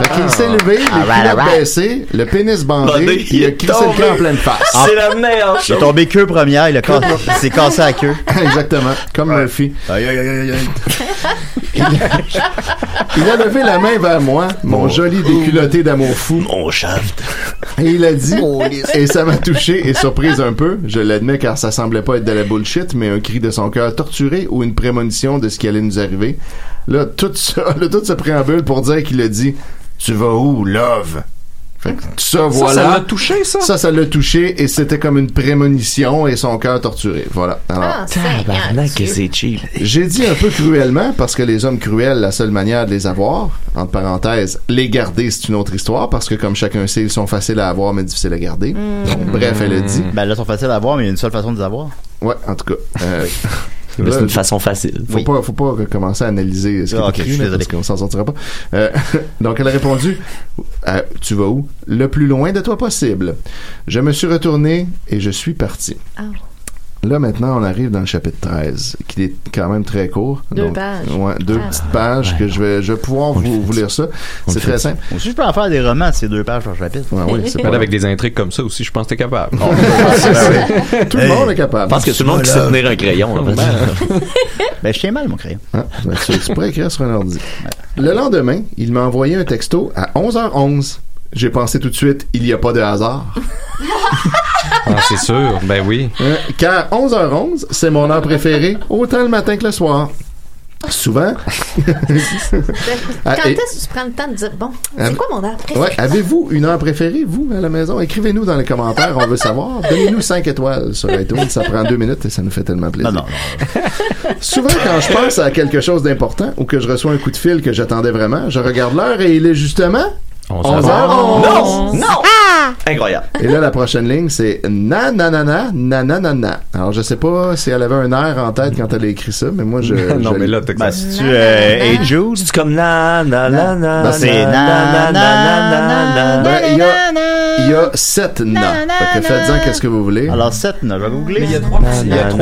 S3: Fait qu'il s'est levé,
S4: Ah,
S3: les
S1: right,
S3: culottes
S1: all right.
S3: baissées, le pénis bandé,
S4: Bandé,
S3: il a
S4: il
S3: crissé
S4: tombe.
S3: le camp en pleine face.
S4: C'est la meilleure
S1: Il est
S4: chose.
S1: tombé queue première, il, a cassé, il s'est cassé la queue.
S3: Exactement, comme Murphy.
S1: Aïe, aïe, aïe, aïe, aïe.
S3: Il a levé la main vers moi, mon joli déculotté d'amour fou,
S4: Mon shaft.
S3: et il a dit, et ça m'a touché et surprise un peu, je l'admets car ça semblait pas être de la bullshit, mais un cri de son cœur torturé ou une prémonition de ce qui allait nous arriver. Là, tout ça, là, tout ce préambule pour dire qu'il a dit, tu vas où, love? Fait que tout ça,
S5: Ça,
S3: voilà.
S5: ça l'a touché, ça?
S3: Ça, ça l'a touché et c'était comme une prémonition et son cœur torturé. Voilà. Alors,
S2: Ah, Seigneur
S4: que
S2: Dieu.
S4: c'est cheap.
S3: j'ai dit un peu cruellement parce que les hommes cruels, la seule manière de les avoir, entre parenthèses, les garder, c'est une autre histoire parce que comme chacun sait, ils sont faciles à avoir mais difficiles à garder.
S2: Hmm.
S3: Donc, bref, elle a dit.
S1: Ben là, ils sont faciles à voir, mais il y a une seule façon de les avoir.
S3: Ouais, en tout cas. euh,
S4: Mais
S3: là,
S4: c'est une façon facile.
S3: faut
S1: Oui.
S3: pas, faut pas commencer à analyser ce
S1: Ah,
S3: que
S1: ok,
S3: tu
S1: je suis désolé.
S3: on s'en sortira pas. Euh, donc elle a répondu, Euh, tu vas où Le plus loin de toi possible. Je me suis retourné et je suis parti.
S2: Ah.
S3: Là maintenant, on arrive dans le chapitre 13, qui est quand même très court.
S2: Deux
S3: Donc,
S2: pages.
S3: Ouais, deux
S2: Ah.
S3: petites pages que je vais, je vais pouvoir vous, vous lire ça. C'est très simple.
S1: Si je peux en faire des romans, c'est deux pages par chapitre.
S3: Ouais, oui, c'est
S5: Mais
S3: pas
S5: Avec des intrigues comme ça aussi, je pense que t'es capable.
S1: Ah,
S3: Ben Tout le
S1: Hey.
S3: monde est capable.
S4: Ben Je pense que tout le monde qui sait tenir un crayon. en fait.
S1: Ben, je tiens mal, mon crayon.
S3: Hein? Ben, tu tu pourrais écrire sur un ordi. Le lendemain, il m'a envoyé un texto à 11h11. J'ai pensé tout de suite, il n'y a pas de hasard.
S5: Ah, c'est sûr. Ben oui.
S3: Hein? Car 11h11, c'est mon heure préférée, autant le matin que le soir. Souvent, Ah,
S2: Euh, Quand
S3: et-
S2: est-ce que tu prends le temps de dire, bon,
S3: Ah,
S2: c'est quoi mon heure préférée?
S3: ouais, avez-vous une heure préférée, vous, à la maison? Écrivez-nous dans les commentaires, on veut savoir. Donnez-nous 5 étoiles sur iTunes, ça prend deux minutes et ça nous fait tellement plaisir.
S1: Non, non, non.
S3: Souvent, quand je pense à quelque chose d'important ou que je reçois un coup de fil que j'attendais vraiment, je regarde l'heure et il est justement 11h11.
S4: Non! Non! Incroyable.
S3: Et là, la prochaine ligne, c'est na na na na na na na na. Alors, je sais pas si elle avait un air en tête quand elle a écrit ça, mais moi, je.
S5: non,
S3: je-
S5: mais là, t'as
S1: Ben,
S5: ça.
S1: si tu euh, Hey Jude,
S4: C'est comme na na na na
S3: Ben, c'est
S1: na, na,
S3: Ben, il y a, il y a sept na. Fait que faites-en qu'est-ce que vous voulez.
S1: alors 7, je vais googler.
S4: Il y a trois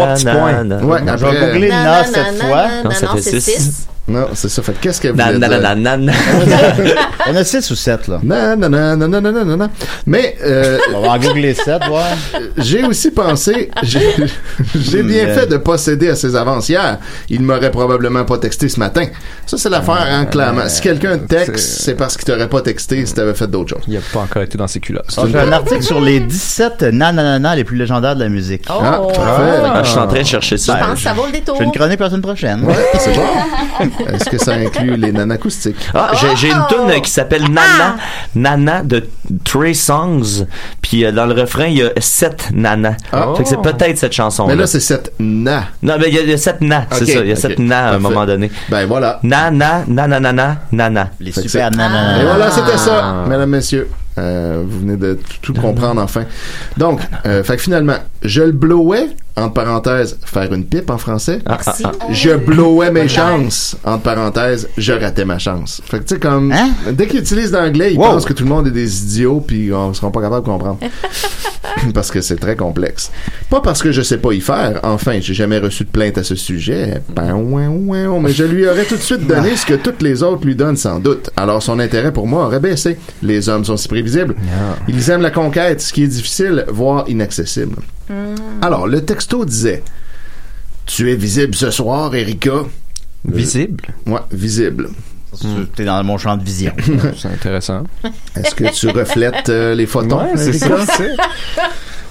S4: petits points.
S3: ouais,
S1: Je vais
S3: après. euh,
S1: googler
S2: Non,
S1: na
S2: non,
S1: cette
S2: non,
S1: fois.
S2: non,
S4: Non,
S2: non,
S4: ça
S2: non,
S4: fait
S2: c'est
S4: six.
S2: six.
S3: Non, c'est ça. Fait qu'est-ce que vous
S4: Na
S3: voulez
S4: na na
S3: dire?
S4: na na na.
S1: On a 6 ou 7, là.
S3: Na na na na na na na na na. Mais, euh,
S1: On va en googler 7, voir.
S3: j'ai aussi pensé, j'ai j'ai bien
S1: Mm,
S3: fait
S1: euh.
S3: de pas céder à ses avances hier. Il m'aurait probablement pas texté ce matin. Ça, c'est l'affaire, hein, clairement. Si quelqu'un
S1: Euh,
S3: te texte,
S5: c'est-
S3: c'est parce qu'il t'aurait pas texté si t'avais fait d'autres choses.
S5: Il a pas encore été dans ses culottes.
S1: J'ai un article sur les 17 nananana les plus légendaires de la musique. Ben,
S3: Ah, parfait.
S4: Ah, Je suis en train de chercher
S2: Je
S4: ça.
S2: pense que ça vaut le détour.
S1: J'ai une chronique la semaine prochaine.
S3: Ouais, c'est bon. Est-ce que ça inclut les nanacoustiques?
S4: Ah, j'ai j'ai une tune qui s'appelle Nana, Nana de Trey Songs. Puis euh, dans le refrain, il y a sept Nana.
S3: Ah.
S4: Fait que c'est peut-être cette chanson.
S3: Mais là, c'est cette na.
S4: non, mais il y a- il y a sept Na, c'est
S3: Ok,
S4: ça. Il y a
S3: ok,
S4: sept Na à un
S3: parfait.
S4: moment donné.
S3: Ben voilà.
S4: Nana, nana, nana, nana.
S1: Les
S3: Fait que
S1: super
S3: c'est-
S1: nanana.
S3: Et voilà, c'était ça, mesdames, messieurs. Euh, vous venez de tout- tout comprendre enfin. Donc, euh, fait que finalement, je le blowais entre parenthèses, faire une pipe en français.
S2: Merci.
S3: Je blowais mes chances, entre parenthèses, je ratais ma chance. Fait que tu sais, comme, dès qu'ils utilisent l'anglais, ils
S1: Wow.
S3: pensent que tout le monde est des idiots, puis on ne sera pas capable de comprendre. parce que c'est très complexe. Pas parce que je sais pas y faire, enfin, j'ai jamais reçu de plainte à ce sujet, Ben, ouin, ouin, ouin, mais je lui aurais tout de suite donné ce que toutes les autres lui donnent sans doute. Alors son intérêt pour moi aurait baissé. Les hommes sont si prévisibles. Ils aiment la conquête, ce qui est difficile, voire inaccessible. Alors, le texto disait Tu es visible ce soir, Erika. Euh,
S1: Visible?
S3: Ouais, visible.
S1: T'es dans mon champ de vision.
S5: Hmm. C'est intéressant.
S3: Est-ce que tu reflètes euh, les photons
S5: Ouais, c'est
S3: Erika?
S5: ça, c'est-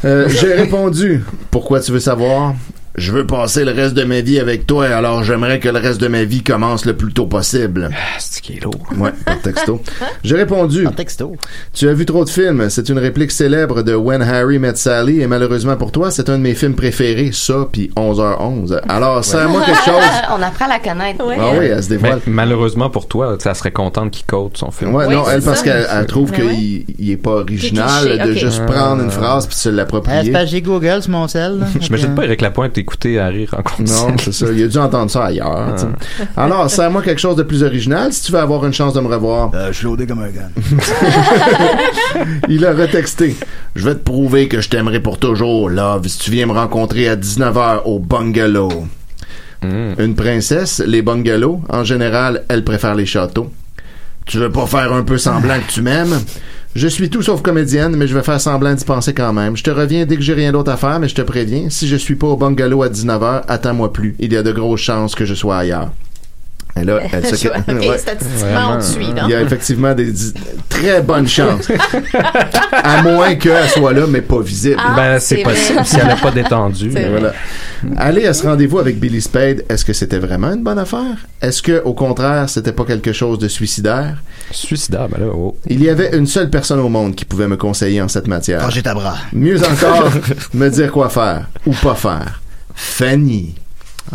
S3: Euh, J'ai répondu Pourquoi tu veux savoir Je veux passer le reste de ma vie avec toi, alors j'aimerais que le reste de ma vie commence le plus tôt possible.
S5: Ah, C'est qui est lourd.
S3: Ouais, par texto. J'ai répondu.
S1: Un texto.
S3: Tu as vu trop de films. C'est une réplique célèbre de When Harry Met Sally et malheureusement pour toi, c'est un de mes films préférés. Ça, puis 11h11. Alors, serre-moi quelque chose.
S6: On apprend à la connaître.
S3: Ah oui, elle se
S5: Mais
S3: dévoile.
S5: malheureusement pour toi, ça serait contente qu'il cote son film.
S3: Ouais,
S2: Oui,
S3: non,
S2: c'est
S3: elle, parce
S2: ça.
S3: qu'elle elle trouve
S2: Mais
S3: qu'il
S2: ouais.
S3: il est pas original
S2: cliché,
S3: de
S2: ok.
S3: juste prendre une phrase puis se
S1: Ah, c'est
S3: l'approprier.
S1: parce que j'ai Google sur mon cell. là.
S5: Je m'imagine pas Eric Lapointe écouter à rire en
S3: Non,
S5: continu.
S3: c'est ça. Il a dû entendre ça ailleurs. tu sais. Alors, serre-moi quelque chose de plus original si tu veux avoir une chance de me revoir.
S1: Euh, je suis loadé comme un gars.
S3: Il a retexté. Je vais te prouver que je t'aimerai pour toujours, love, si tu viens me rencontrer à 19h au bungalow.
S5: Hmm.
S3: Une princesse, les bungalows, en général, elle préfère les châteaux. Tu veux pas faire un peu semblant que tu m'aimes? Je suis tout sauf comédienne, mais je vais faire semblant d'y penser quand même. Je te reviens dès que j'ai rien d'autre à faire, mais je te préviens, si je suis pas au bungalow à 19h, attends-moi plus. Il y a de grosses chances que je sois ailleurs. Et là, elle se...
S2: Ok,
S3: Ouais.
S2: statistiquement, on te suit, non?
S3: Il y a effectivement des di- très bonnes chances. à moins qu'elle soit là, mais pas visible.
S2: Ah,
S5: Ben, c'est
S2: c'est vrai.
S5: possible si elle n'a pas détendu.
S2: C'est
S5: mais
S2: vrai.
S5: voilà.
S3: Voilà. Aller à ce rendez-vous avec Billy Spade, est-ce que c'était vraiment une bonne affaire? Est-ce que, au contraire, c'était pas quelque chose de suicidaire?
S5: Suicidable, là. oh.
S3: Il y avait une seule personne au monde qui pouvait me conseiller en cette matière.
S1: Quand j'ai ta bras.
S3: Mieux encore, me dire quoi faire ou pas faire. Fanny.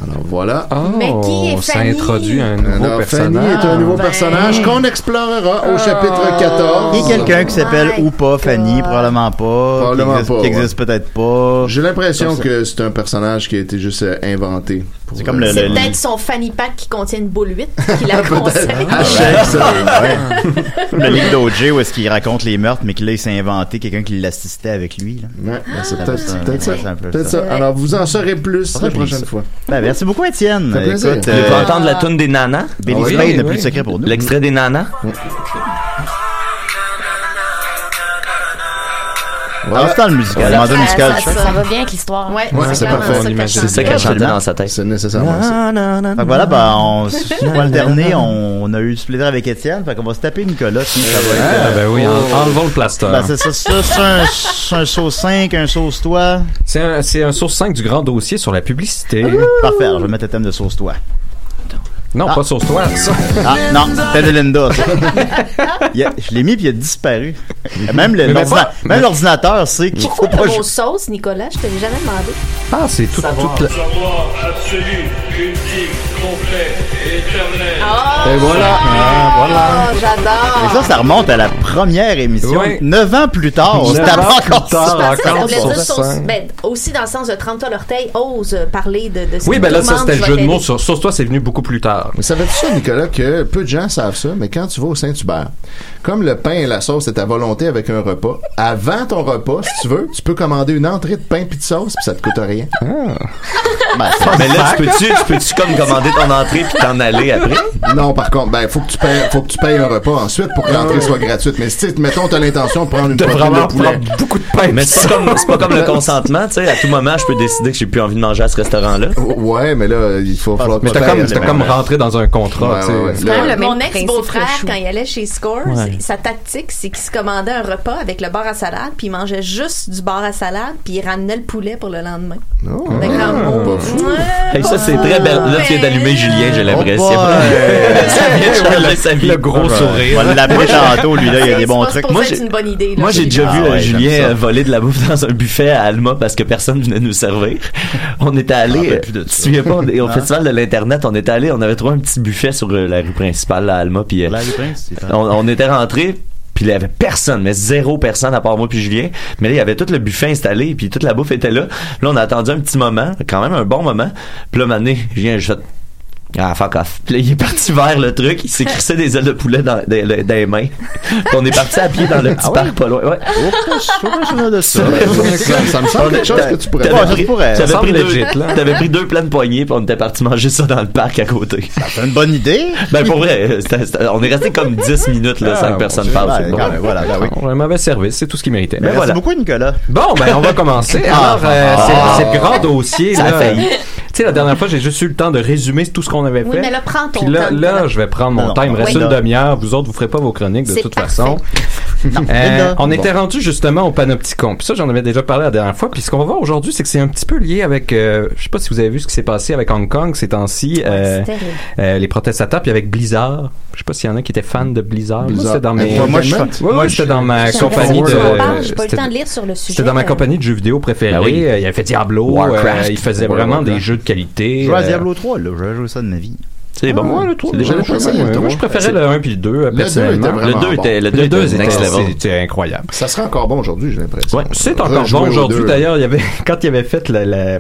S3: Alors voilà.
S2: Mais qui est
S5: Oh, ça
S2: Fanny?
S5: introduit un nouveau
S3: Alors, Fanny
S5: personnage.
S3: est un nouveau
S2: Ben. Ah.
S3: personnage qu'on explorera au chapitre 14.
S1: Il y a quelqu'un qui s'appelle
S2: my
S1: ou pas Fanny, probablement pas.
S3: Probablement
S1: qui existe,
S3: pas,
S1: qui existe peut-être pas.
S3: J'ai l'impression
S1: Comme ça.
S3: que c'est un personnage qui a été juste euh, inventé. pour- euh,
S1: C'est comme le-
S2: C'est
S1: le-
S2: peut-être son fanny pack qui contient une boule 8 qui la conseille.
S3: Hashtag ça. Ah, Ouais.
S1: Comme le livre d'OJ où est-ce qu'il raconte les meurtres, mais qu'il a- il s'est inventé quelqu'un qui l'assistait avec lui. là.
S3: Ouais, ben, c'est
S1: Ah,
S3: peut-être
S1: c'est un-
S3: peut-être ça.
S1: c'est un peu
S3: Peut-être
S1: ça.
S3: ça. Alors, vous en saurez plus
S1: Faudrait
S3: la
S1: que je lise
S3: prochaine
S1: ça.
S3: fois.
S1: Ben, merci beaucoup, Étienne.
S3: Ça fait plaisir.
S1: Écoute,
S4: Tu
S1: euh,
S4: peux entendre la tune des nanas?
S1: Billy
S5: Oui,
S1: Spade n'a
S5: oui.
S1: plus de secret pour nous. Ah,
S4: L'extrait des nanas?
S1: Voilà. c'est dans le musical. le mandat musical.
S6: Ça, ça va bien avec l'histoire.
S2: Ouais,
S3: Ouais, c'est
S2: clairement
S3: parfait,
S2: ça
S3: on
S2: que
S5: imagine.
S2: ça
S4: C'est ça qu'elle chantait
S1: Absolument.
S4: dans sa tête.
S3: C'est nécessairement ça.
S1: Fait que voilà, ben, on, pour le dernier, on a eu ce plaisir avec Étienne. Fait qu'on va se taper Nicolas. puis ça va être-
S5: Ah, ben oui, en- enlevons le plaster.
S1: Ben, c'est ça, ça, c'est un, c'est un sauce 5, un sauce toi.
S5: c'est un, c'est un source 5 du grand dossier sur la publicité.
S1: Parfait, alors je vais mettre le thème de sauce toi.
S5: Non, pas sur toi. Ça.
S1: Ah, non, c'était de Linda. ça. Il a- je l'ai mis puis il a disparu. Même le-
S5: Mais
S1: l'ordina-
S5: pas-
S1: même l'ordinateur sait qu'il faut
S2: Pourquoi
S1: pas
S2: t'as
S1: jouer.
S2: vos sauces, Nicolas? Je te l'ai jamais demandé.
S5: Ah, c'est tout, toute la-
S7: Savoir absolu, ultime, complet et éternel.
S2: Oh,
S5: voilà. Ah, voilà.
S1: Mais ça,
S2: j'adore!
S1: ça remonte à la première émission.
S5: Oui.
S1: Neuf ans plus tard, on se
S5: Neuf
S1: tape
S5: ans plus
S1: encore
S5: tard.
S1: ça.
S2: C'est parce que ça
S5: encore
S2: voulait dire
S5: sur
S2: sauce.
S5: scène.
S2: Ben, aussi dans le sens de 30 à l'orteil, ose parler de, de ce
S5: Oui,
S2: qui
S5: ben là, ça,
S2: tourmente
S5: c'était le
S2: votre
S5: jeu de
S2: vie.
S5: mots. Sur, sur toi, c'est venu beaucoup plus tard.
S3: Mais savais-tu ça, Nicolas, que peu de gens savent ça, mais quand tu vas au Saint-Hubert, comme le pain et la sauce est à volonté avec un repas, avant ton repas, si tu veux, tu peux commander une entrée de pain puis de sauce, puis ça te coûte rien.
S1: Ben, c'est-
S4: Mais là, tu peux-tu, tu peux-tu comme commander ton entrée puis t'en aller après?
S3: Non, par contre, ben, faut que tu payes, faut que tu payes un repas ensuite pour que
S5: Euh.
S3: l'entrée soit gratuite. Mais si, tu sais, mettons, t'as l'intention de prendre une poitrine de poulet.
S5: beaucoup de pain.
S4: Mais c'est pas comme, c'est pas comme le consentement, tu sais. À tout moment, je peux décider que j'ai plus envie de manger à ce restaurant-là.
S3: Ouais, mais là, il faut falloir
S5: Mais
S3: tu
S5: t'as
S3: payes
S5: comme,
S3: les
S5: t'as
S3: mêmes
S5: comme
S3: raisons.
S5: rentré dans un contrat,
S3: Ouais,
S5: tu sais.
S3: ouais, ouais.
S6: quand même le
S2: Mon
S6: même principe
S2: ex-beau-frère,
S6: que chou.
S2: quand il allait chez Scores,
S4: Ouais.
S2: sa tactique, c'est qu'il se commandait un repas avec le bar à salade, puis il mangeait juste du bar à salade, puis il ramenait le poulet pour le lendemain.
S3: Oh.
S2: Fait que là, on-
S3: Pas fou.
S2: Ouais,
S4: Ah. Hey, ça, c'est très belle. Là, tu viens d'allumer Julien, j'ai l'impression.
S1: boy.
S4: ça vient de changer sa vie.
S5: Oh Le gros
S1: on
S5: sourire.
S1: va l'appeler tantôt, lui, là, il y a des bons
S2: C'est
S1: trucs.
S2: pas supposé
S4: Moi,
S2: être
S4: j'ai-
S2: une bonne idée. là.
S4: Moi, j'ai déjà
S1: Ah
S4: vu euh,
S1: ouais, j'aime
S4: Julien
S1: ça.
S4: euh, voler de la bouffe dans un buffet à Alma parce que personne venait nous servir. On était allé,
S1: rappelle
S4: euh,
S1: Ah, ben, plus
S4: tu
S1: de
S4: te
S1: ça. Hein?
S4: souviens pas, on est- au festival de l'internet, on était allé, on avait trouvé un petit buffet sur euh, la rue principale à Alma, puis euh,
S1: Larry Prince, c'est
S4: on, on était rentré. Puis il y avait personne, mais zéro personne à part moi puis Julien. Mais là, il y avait tout le buffet installé, puis toute la bouffe était là. Là, on a attendu un petit moment, quand même un bon moment. Puis là, maintenant, Julien, je ah, fuck off. Puis là, il est parti vers le truc, il s'est crissé des ailes de poulet dans, des- le- dans les mains. Puis on est parti à pied dans le petit parc pas loin. Ouais.
S1: ça.
S3: Ça me semble quelque chose que tu pourrais
S4: T'avais
S3: faire.
S4: pris-
S3: Ça pourrait.
S4: t'avais
S3: Ça
S4: pris,
S3: semble
S4: deux-
S3: legit, là.
S4: t'avais pris deux plans de poignées, puis on était parti manger ça dans le parc à côté.
S1: C'est une bonne idée.
S4: Ben, pour vrai, c'était- c'était- on est resté comme 10 minutes, là,
S5: Ah,
S4: sans que personne parle. c'est bon.
S1: ben
S5: Un mauvais service, c'est tout ce qu'il méritait.
S4: Ben,
S5: Mais
S4: voilà.
S1: beaucoup, Nicolas.
S5: Bon, ben on va commencer.
S1: Ah,
S5: Alors, euh,
S1: ah,
S5: c'est-
S1: ah,
S5: c'est le grand
S1: ah.
S5: dossier.
S1: Ça
S5: là.
S1: a failli.
S5: Tu sais, la dernière fois, j'ai juste eu le temps de résumer tout ce qu'on avait
S2: Oui,
S5: fait.
S2: mais là, prends ton
S5: Puis là,
S2: temps,
S5: là,
S2: Nicolas.
S5: je vais prendre mon
S1: Non,
S5: temps. Il me
S1: non,
S5: reste
S1: oui.
S5: une demi-heure. Vous autres, vous ferez pas vos chroniques de
S2: C'est
S5: toute
S2: parfait.
S5: façon. Euh,
S1: Linda.
S5: on
S1: Bon.
S5: était rendu justement au panopticon. Puis ça, j'en avais déjà parlé la dernière fois. Puis ce qu'on va voir aujourd'hui, c'est que c'est un petit peu lié avec. euh, je sais pas si vous avez vu ce qui s'est passé avec Hong Kong ces temps-ci. euh,
S2: c'est terrible.
S5: euh, les protestateurs, puis avec Blizzard. Je sais pas s'il y en a qui étaient fans de Blizzard. Moi,
S3: Blizzard.
S5: c'était dans mes.
S1: Euh, Moi, moi, je suis fan.
S5: Ouais, ouais,
S1: Moi, je-
S5: c'était dans ma
S2: J'aimerais
S5: compagnie
S2: ça qu'on en parle, J'ai
S5: de.
S2: pas eu le
S5: c'était-
S2: temps de lire sur le sujet.
S5: c'était dans ma
S2: Euh,
S5: compagnie de jeux vidéo préférée.
S1: Ah
S4: Ben oui.
S5: Euh, Il avait fait Diablo.
S4: Warcraft.
S5: euh, il faisait
S4: Warcraft.
S5: vraiment des jeux de qualité.
S1: Je joue à
S5: euh,
S1: Diablo 3, là. J'aurais joué ça de ma vie.
S4: C'est bon.
S5: Ouais, Eh ben, Ah, le
S4: C'est déjà
S3: J'avais pas
S5: Ouais,
S3: essayé le
S5: ouais,
S3: tour.
S5: moi, je préférais le 1 puis le 2, euh,
S3: deux
S5: personnellement.
S3: était vraiment-
S4: Le 2
S3: bon.
S4: était, le
S5: Le
S4: deux
S5: 2
S4: était next level.
S5: C'était incroyable.
S3: Ça serait encore bon aujourd'hui, j'ai l'impression.
S4: Ouais,
S5: C'est encore
S3: Rejouer
S5: bon
S3: aux
S5: aujourd'hui.
S3: deux.
S5: D'ailleurs, il y avait quand il avait fait la, la,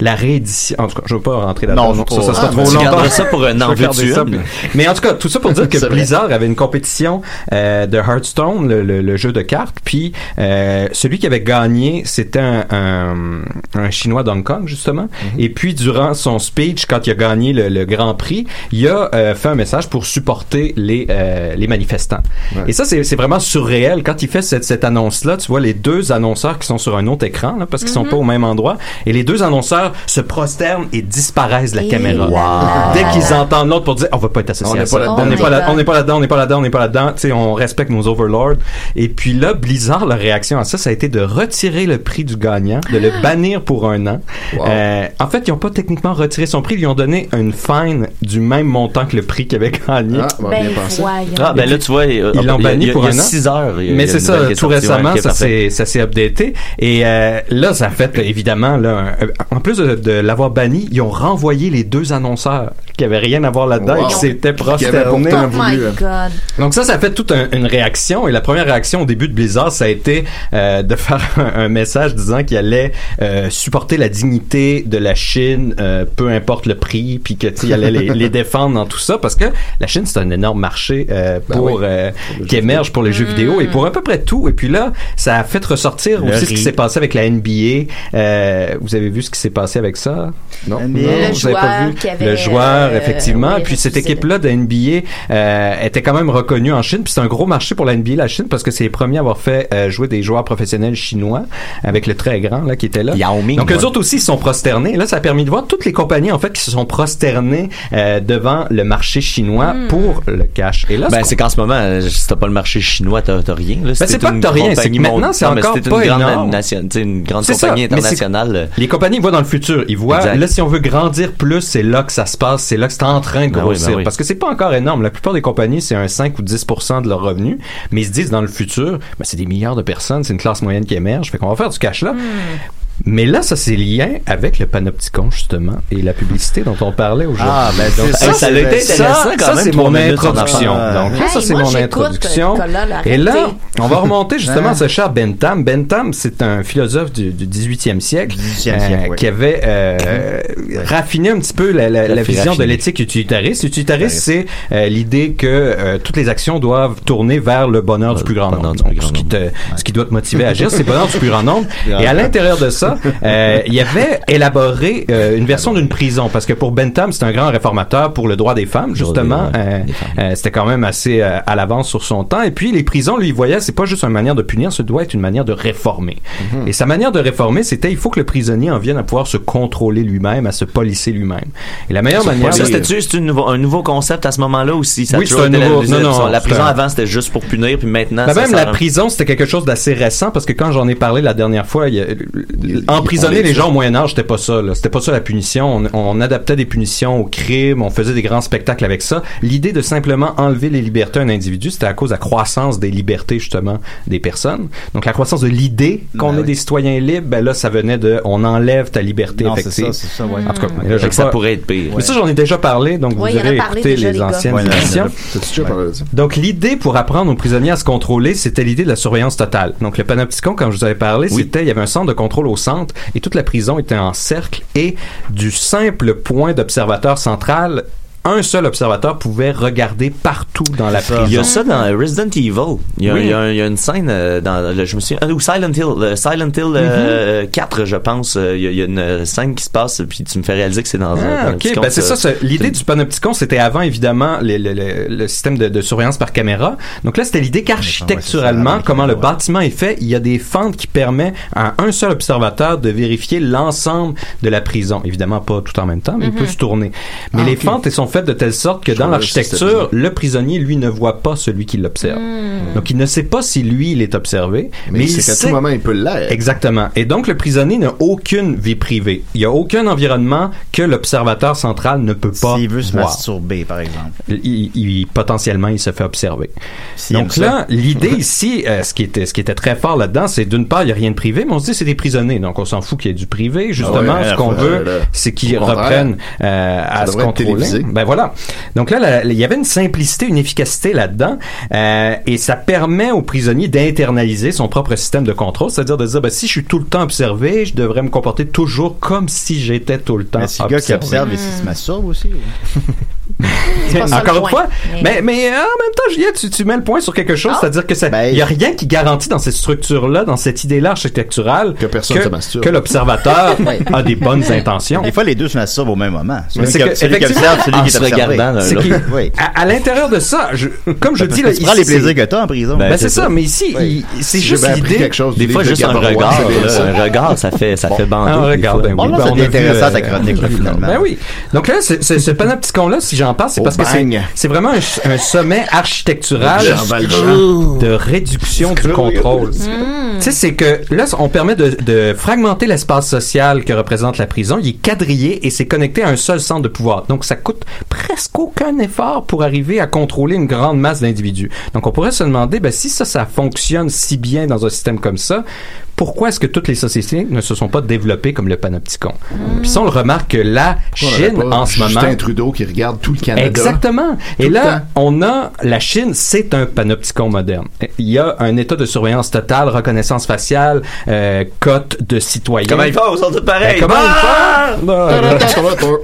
S5: la réédition. En tout cas, je veux pas rentrer
S1: Non,
S5: là-dedans.
S1: non,
S5: ça, ça
S1: ah,
S5: sera
S1: mais
S5: trop
S4: tu
S5: longtemps.
S4: garderas ça pour un
S5: Je vais
S4: en
S5: garder
S4: veux-tu
S5: ça,
S4: une?
S5: mais- Mais en tout cas, tout ça pour dire que
S3: C'est vrai.
S5: Blizzard avait une compétition euh, de Hearthstone, le, le- le jeu de cartes. Puis euh, celui qui avait gagné, c'était un, un, un chinois d'Hong Kong justement. Et puis durant son speech, quand il a gagné le, le Grand Prix, il a euh, fait un message pour supporter les euh, les manifestants. Et ça, c'est c'est vraiment surréel. Quand il fait cette, cette annonce-là, tu vois les deux annonceurs qui sont sur un autre écran, là, parce qu'ils sont pas au même endroit, et les deux annonceurs se prosternent et disparaissent de la
S2: Et
S5: caméra. Dès qu'ils entendent l'autre pour dire, on va pas être associé
S3: On
S5: à
S3: n'est
S5: ça.
S3: pas là-dedans.
S5: On n'est
S2: Oh my
S5: pas là-
S2: God.
S5: on n'est pas là-dedans, on n'est pas là-dedans, on n'est pas là-dedans. Tu sais, on respecte nos overlords. Et puis là, Blizzard, leur réaction à ça, ça a été de retirer le prix du gagnant, de le bannir pour un an.
S3: Wow.
S5: Euh, en fait, ils n'ont pas techniquement retiré son prix, ils lui ont donné une fine du même montant que le prix qu'il avait gagné.
S3: Ah, bah, bien
S2: Ben
S3: pensé.
S2: voyons.
S4: Ah, ben là, tu vois, il- il-
S5: l'ont
S4: il-
S5: banni
S4: il-
S5: pour
S4: il y a
S5: un an.
S4: six heures. il y a-
S5: Mais
S4: il y
S5: c'est
S4: a une nouvelle
S5: ça,
S4: qui est
S5: tout
S4: sortie, ouais,
S5: récemment,
S4: ok,
S5: ça s'est
S4: parfait.
S5: ça s'est updaté. Et euh, là, ça a fait, là, évidemment, là, un- euh, en plus de, de l'avoir banni, ils ont renvoyé les deux annonceurs qui avaient rien à voir là-dedans
S3: Wow.
S5: et qui s'étaient
S3: Qui avait
S5: prosternés.
S3: pourtant
S2: Oh my
S3: voulu. euh,
S2: God.
S5: Donc ça, ça fait toute un- une réaction. Et la première réaction au début de Blizzard, ça a été euh, de faire un, un message disant qu'il allait euh, supporter la dignité de la Chine, euh, peu importe le prix, puis que tu sais, il allait les, les défendre dans tout ça, parce que la Chine c'est un énorme marché euh,
S3: Ben
S5: pour
S3: oui.
S5: euh, qui émerge pour les
S2: Mm.
S5: jeux vidéo et pour à peu près tout. Et puis là, ça a fait ressortir
S1: Le
S5: aussi ce qui
S1: riz.
S5: s'est passé avec la NBA. Euh, vous avez vu ce qui s'est passé avec ça
S3: Non.
S1: NBA.
S3: Non.
S2: Le
S5: vous avez
S2: joueur
S5: pas vu.
S2: qui avait,
S5: le joueur
S2: euh,
S5: effectivement.
S2: oui,
S5: puis cette
S2: refusé
S5: équipe-là de NBA euh, était quand même reconnue en Chine. Puis c'est un gros marché pour la NBA, la Chine, parce que c'est les premiers à avoir fait euh, jouer des joueurs professionnels chinois avec le très grand là qui était là.
S4: Yao Ming,
S5: Donc eux
S4: ouais.
S5: autres aussi ils sont prosternés. Là, ça a permis de voir toutes les compagnies en fait qui se sont prosternées euh, devant le marché chinois pour le cash. Et là,
S4: Ben,
S5: ce
S4: c'est qu'en ce moment, euh, si t'as pas le marché chinois, t'as t'as rien. là. Si
S5: Ben, c'est
S4: t'es
S5: pas que
S4: une
S5: t'as rien,
S4: compagnie
S5: c'est que maintenant,
S4: mondiale-
S5: c'est
S4: Non, mais
S5: encore
S4: si t'es
S5: pas
S4: une grande,
S5: énorme.
S4: nation- tu sais, une grande
S5: C'est ça,
S4: compagnie
S5: mais c'est-
S4: internationale. euh,
S5: Les compagnies voient dans le futur. Ils voient,
S4: Exact.
S5: là, si on veut grandir plus, c'est là que ça se passe, c'est là que c'est en train de
S4: Ben oui,
S5: grossir.
S4: ben oui.
S5: Parce que c'est pas encore énorme. La plupart des compagnies, c'est un 5 ou 10 de leurs revenus. Mais ils se disent, dans le futur, ben, c'est des milliards de personnes, c'est une classe moyenne qui émerge. Fait qu'on va faire du cash là.
S2: Hmm.
S5: Mais là, ça, c'est lié avec le panopticon, justement, et la publicité dont on parlait aujourd'hui.
S1: Ah, ben, c'est ça.
S4: Hey, ça l'a
S1: c'est-
S4: été
S5: Ça,
S4: intéressant quand
S5: ça,
S4: même.
S5: c'est
S4: trois
S5: mon
S4: minutes, on en
S5: introduction.
S4: parle.
S1: parle.
S5: Donc, là, ça,
S2: Hey,
S5: c'est
S2: moi,
S5: mon
S2: j'écoute,
S5: introduction.
S2: Nicolas, là,
S5: Et là,
S2: arrêtez. Hein?
S5: on va remonter justement
S1: Ah.
S5: ce cher Bentham. Bentham, c'est un philosophe du, du 18e siècle,
S1: 18e siècle, oui.
S5: qui avait euh, raffiné un petit peu la, la- la
S4: Raffi-
S5: vision de
S4: raffiné.
S5: l'éthique utilitariste. Utilitariste, c'est euh, l'idée que euh, toutes les actions doivent tourner vers le bonheur du plus grand
S4: bonheur
S5: nombre.
S4: du plus
S5: Donc,
S4: grand
S5: ce qui,
S4: nombre.
S5: te- ce qui doit te motiver à agir, c'est le bonheur du plus grand nombre. Et à l'intérieur de ça, euh, il y avait élaboré euh, une version d'une prison, parce que pour Bentham, c'est un grand réformateur pour le droit des femmes, justement.
S4: des-
S5: euh,
S4: des femmes.
S5: euh, c'était quand même assez euh, à l'avance sur son temps. Et puis les prisons, lui, il voyait, c'est pas juste une manière de punir, ce doit être une manière de réformer.
S4: Mhm.
S5: Et sa manière de réformer, c'était il faut que le prisonnier en vienne à pouvoir se contrôler lui-même, à se policer lui-même. Et la meilleure manière,
S4: Ça,
S5: de-
S4: c'était-tu c'est une nouveau- un nouveau concept à ce moment-là aussi? Ça a
S5: Oui,
S4: toujours
S5: c'est un
S4: été la-
S5: nouveau-
S4: la-
S5: non, non,
S4: La
S5: c'est
S4: prison
S5: un-
S4: avant, c'était juste pour punir, puis maintenant,
S5: Bah,
S4: ça
S5: même
S4: sert
S5: la
S4: à-
S5: prison, c'était quelque chose d'assez récent parce que quand j'en ai parlé la dernière fois, il y a- emprisonner
S4: on
S5: les
S4: dit ça.
S5: gens au Moyen Âge, c'était pas ça. là. C'était pas ça la punition. On, on adaptait des punitions aux crimes, on faisait des grands spectacles avec ça. L'idée de simplement enlever les libertés à un individu, c'était à cause de la croissance des libertés justement des personnes. Donc la croissance de l'idée qu'on
S1: Ben
S5: est
S1: oui.
S5: des citoyens libres, ben là ça venait de on enlève ta liberté
S1: Non, c'est
S5: effective.
S1: ça, c'est ça, ouais.
S5: En tout cas,
S1: Ouais.
S5: là, je
S4: Fait que ça
S5: pas-
S4: pourrait être pire.
S5: Mais ça j'en ai déjà parlé, donc
S2: Ouais, il
S5: vous
S2: y en a
S5: irez
S2: parlé
S5: écouter
S2: déjà,
S5: les
S2: les gars.
S5: anciennes
S1: Ouais, là,
S5: émissions.
S1: là,
S3: T'as-tu déjà parlé de ça?
S5: Donc, l'idée pour apprendre aux prisonniers à se contrôler, c'était l'idée de la surveillance totale. Donc, le panopticon, comme je vous avais parlé,
S4: Oui.
S5: c'était, il y avait un centre de contrôle au centre et toute la prison était en cercle et du simple point d'observateur central, un seul observateur pouvait regarder partout dans la
S1: C'est ça.
S5: prison.
S4: Il y a ça dans Resident Evil. Il y a,
S5: Oui.
S4: il y a- il y a une scène euh, dans le, je me souviens, ou Silent Hill, euh, Silent Hill euh, 4, je pense. euh, Il y, a- il y a une scène qui se passe, puis tu me fais réaliser que c'est dans un.
S5: Ah,
S4: dans un petit
S5: ok.
S4: conte,
S5: Ben, c'est ça.
S4: euh,
S5: ça. L'idée du panopticon, c'était avant, évidemment, le, le- le- le système de, de surveillance par caméra. Donc là, c'était l'idée
S1: Ouais, c'est ça,
S5: qu'architecturalement,
S1: avec
S5: comment
S1: les
S5: le
S1: caméras.
S5: bâtiment est fait, il y a des fentes qui permettent à un seul observateur de vérifier l'ensemble de la prison. Évidemment, pas tout en même temps, mais il peut se tourner. Mais les fentes, elles sont faites de telle sorte que dans
S3: vois, c'est
S5: l'architecture,
S3: ça.
S5: le prisonnier, lui, ne voit pas celui qui l'observe. Donc, il ne sait pas si lui, il est observé, mais,
S3: Mais
S5: il
S3: c'est qu'à
S5: sait
S3: tout moment, il peut l'être.
S5: Exactement. Et donc, le prisonnier n'a aucune vie privée. Il n'y a aucun environnement que l'observateur central ne peut pas
S1: S'il veut se
S5: voir.
S1: masturber, par exemple.
S5: Il- il- potentiellement, il se fait observer.
S1: S'il aime
S5: Donc
S1: ça.
S5: là, l'idée ici, euh, ce, qui était, ce qui était très fort là-dedans, c'est d'une part, il n'y a rien de privé, mais on se dit c'est des prisonniers. Donc on s'en fout qu'il y ait du privé. Justement,
S3: Ah ouais,
S5: ce qu'on
S3: là,
S5: veut,
S3: là, là.
S5: c'est qu'ils
S3: Au contraire.
S5: reprennent euh, à
S3: Ça
S5: se
S3: devrait être
S5: contrôler.
S3: télévisé.
S5: Ben voilà. Donc là, la- la- il y avait une simplicité, une efficacité là-dedans. euh, et ça permet aux prisonniers d'internaliser son propre système de contrôle. C'est-à-dire de dire, ben, si je suis tout le temps observé, je devrais me comporter toujours comme si j'étais tout le temps
S1: Mais si le gars qui
S5: observé.
S1: observe, il se masturbe aussi.
S2: C'est pas ça le
S5: Encore une
S2: point.
S5: fois, mais,
S2: Mais-
S5: mais euh, en même temps, Juliette, tu, tu mets le point sur quelque chose,
S2: Ah.
S5: c'est-à-dire que ça,
S1: Ben,
S5: il y a rien qui garantit dans cette structure-là, dans cette idée-là architecturale,
S3: Que personne se
S5: que,
S3: masturbe.
S5: que l'observateur a des bonnes intentions.
S1: Des fois, les deux se masturbent au même moment.
S5: Mais
S1: Celui
S5: c'est
S1: qui
S5: que,
S1: celui qui
S5: effectivement,
S1: observe, celui
S4: en
S1: qui est
S4: se
S1: observé.
S4: regardant l'un
S5: C'est
S4: l'autre.
S5: qu'il-
S1: Oui.
S5: à, à l'intérieur de ça, je- comme je dis, là,
S1: Tu prends les
S5: ici, c'est-
S1: plaisirs que t'as en prison.
S4: Ben,
S5: ben, c'est ça, mais ici,
S1: Oui.
S5: il- c'est
S3: Si
S5: juste
S3: j'ai bien appris
S5: l'idée.
S3: quelque chose
S4: Des
S3: du
S4: fois,
S3: livre de
S4: juste un
S3: Gabor Roy,
S4: regard,
S3: c'est
S4: là,
S3: ça.
S4: un regard, ça fait, ça fait bandeau.
S5: Ah,
S4: des
S5: regarde,
S4: fois.
S5: ben oui,
S1: Bon, là,
S5: ben,
S1: ça
S5: on
S1: devient
S5: a vu,
S1: intéressant,
S5: euh,
S1: ta chronique, là, finalement.
S5: Ben oui. Donc là, c'est- c'est- ce panopticon-là, si j'en parle, c'est
S3: Au
S5: parce que c'est-
S3: bang.
S5: c'est vraiment un, un sommet architectural
S3: Jean Valjean.
S5: de réduction du contrôle. Tu sais, c'est que là, on permet de, de fragmenter l'espace social que représente la prison. Il est quadrillé et c'est connecté à un seul centre de pouvoir. Donc, ça coûte presque aucun effort pour arriver à contrôler une grande masse d'individus. Donc, on pourrait se demander, ben, si ça, ça fonctionne si bien dans un système comme ça, pourquoi est-ce que toutes les sociétés ne se sont pas développées comme le panopticon? Puis ça, on le remarque que la
S3: On aurait
S5: Chine,
S3: pas
S5: en ce moment...
S3: Justin Trudeau qui regarde tout le Canada.
S5: Exactement. Et
S3: Tout le
S5: là,
S3: temps.
S5: on a la Chine, c'est un panopticon moderne. Il y a un état de surveillance totale, reconnaissance faciale, euh, cote de citoyens.
S4: Comment ils font, ils sont tous
S5: Ben,
S4: pareils.
S5: comment Bah,
S4: Ah!
S5: ils font? Non, non. Donc,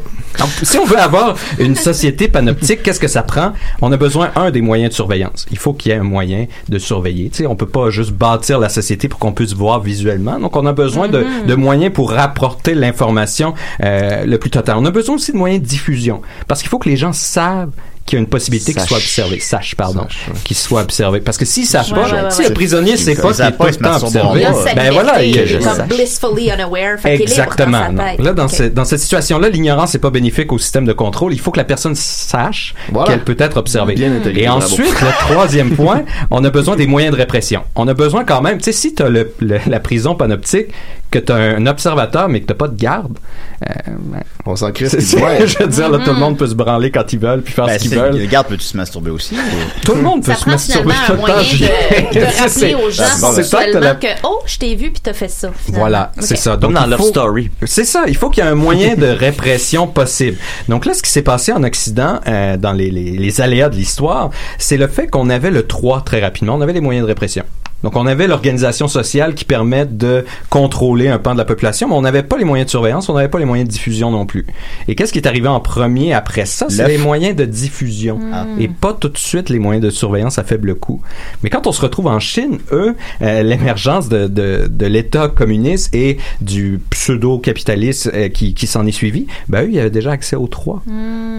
S5: si on veut avoir une société panoptique, qu'est-ce que ça prend On a besoin un des moyens de surveillance. Il faut qu'il y ait un moyen de surveiller. Tu sais, on peut pas juste bâtir la société pour qu'on puisse voir visuellement. Donc, on a besoin de, de moyens pour rapporter l'information euh, le plus total. On a besoin aussi de moyens de diffusion parce qu'il faut que les gens savent qu'il y a une possibilité qu'ils
S4: Sache.
S5: soient observés. Sache, pardon. Qu'ils soient observés. Parce que s'ils savent
S2: Ouais,
S5: pas,
S2: ouais, ouais,
S5: si
S2: ouais.
S5: le prisonnier sait
S1: Ils
S5: pas qu'il est
S1: savent
S5: tout
S1: pas,
S5: le
S1: ils se
S5: temps
S1: masturberont
S5: observé,
S2: Il a
S1: pas.
S2: sa
S5: ben voilà, il y a
S2: liberté,
S4: juste ça.
S2: comme blissfully unaware, fait qu'il est libre dans
S5: Exactement.
S2: sa tête.
S5: Là, dans,
S2: Ok.
S5: ce- dans cette situation-là, l'ignorance n'est pas bénéfique au système de contrôle. Il faut que la personne sache
S3: Voilà.
S5: qu'elle peut être observée.
S3: Bien intégré,
S5: Et
S3: bravo.
S5: ensuite, le troisième point, on a besoin des moyens de répression. On a besoin quand même, tu sais, si tu as la prison panoptique, que tu as un observateur mais que tu pas de garde, euh, ben,
S3: On s'en crisse.
S5: c'est-
S3: il dit,
S5: c'est-
S3: ouais.
S5: je veux dire, là, tout
S2: Mm-hmm.
S5: le monde peut se branler quand ils veulent puis faire
S1: Ben,
S5: ce qu'ils
S1: c'est-
S5: veulent.
S1: Le garde peut-tu se masturber aussi?
S5: Tout le monde peut
S2: Ça
S5: se
S2: prend
S5: masturber
S2: finalement
S5: tout
S2: un
S5: le temps.
S2: moyen
S5: Julien.
S2: de, de
S5: Ça, c'est- Ah, ben,
S2: rappeler aux
S3: Ah,
S2: gens
S3: ben,
S5: c'est ça que t'as
S2: sexuellement
S5: la-
S2: que oh, je t'ai vu puis t'as fait ça. finalement.
S5: Voilà,
S2: Ok.
S5: c'est ça. Donc,
S4: Comme dans
S5: il
S4: Love
S5: faut-
S4: Story.
S5: C'est ça, il faut qu'il y ait un moyen de répression possible. Donc là, ce qui s'est passé en Occident, euh, dans les, les- les aléas de l'histoire, c'est le fait qu'on avait le 3 très rapidement, on avait les moyens de répression. Donc on avait l'organisation sociale qui permet de contrôler un pan de la population, mais on n'avait pas les moyens de surveillance, on n'avait pas les moyens de diffusion non plus. Et qu'est-ce qui est arrivé en premier après ça? C'est
S1: L'œuf.
S5: les moyens de diffusion
S1: Ah.
S5: et pas tout de suite les moyens de surveillance à faible coût. Mais quand on se retrouve en Chine, eux, euh, l'émergence de, de, de l'État communiste et du pseudo-capitaliste euh, qui, qui s'en est suivi, ben eux, ils avaient déjà accès aux trois.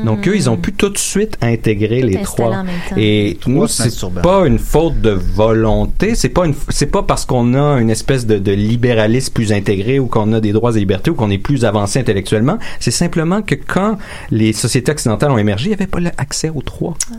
S5: Donc eux, ils ont pu tout de suite intégrer les
S2: Installer
S5: trois.
S2: en même temps.
S5: Et
S1: Trois
S5: nous,
S1: se
S5: c'est
S1: masturbant.
S5: pas une faute de volonté, c'est pas une, c'est pas parce qu'on a une espèce de, de libéralisme plus intégré ou qu'on a des droits et libertés ou qu'on est plus avancé intellectuellement. C'est simplement que quand les sociétés occidentales ont émergé, il n'y avait pas l'accès aux droits.
S2: Ah.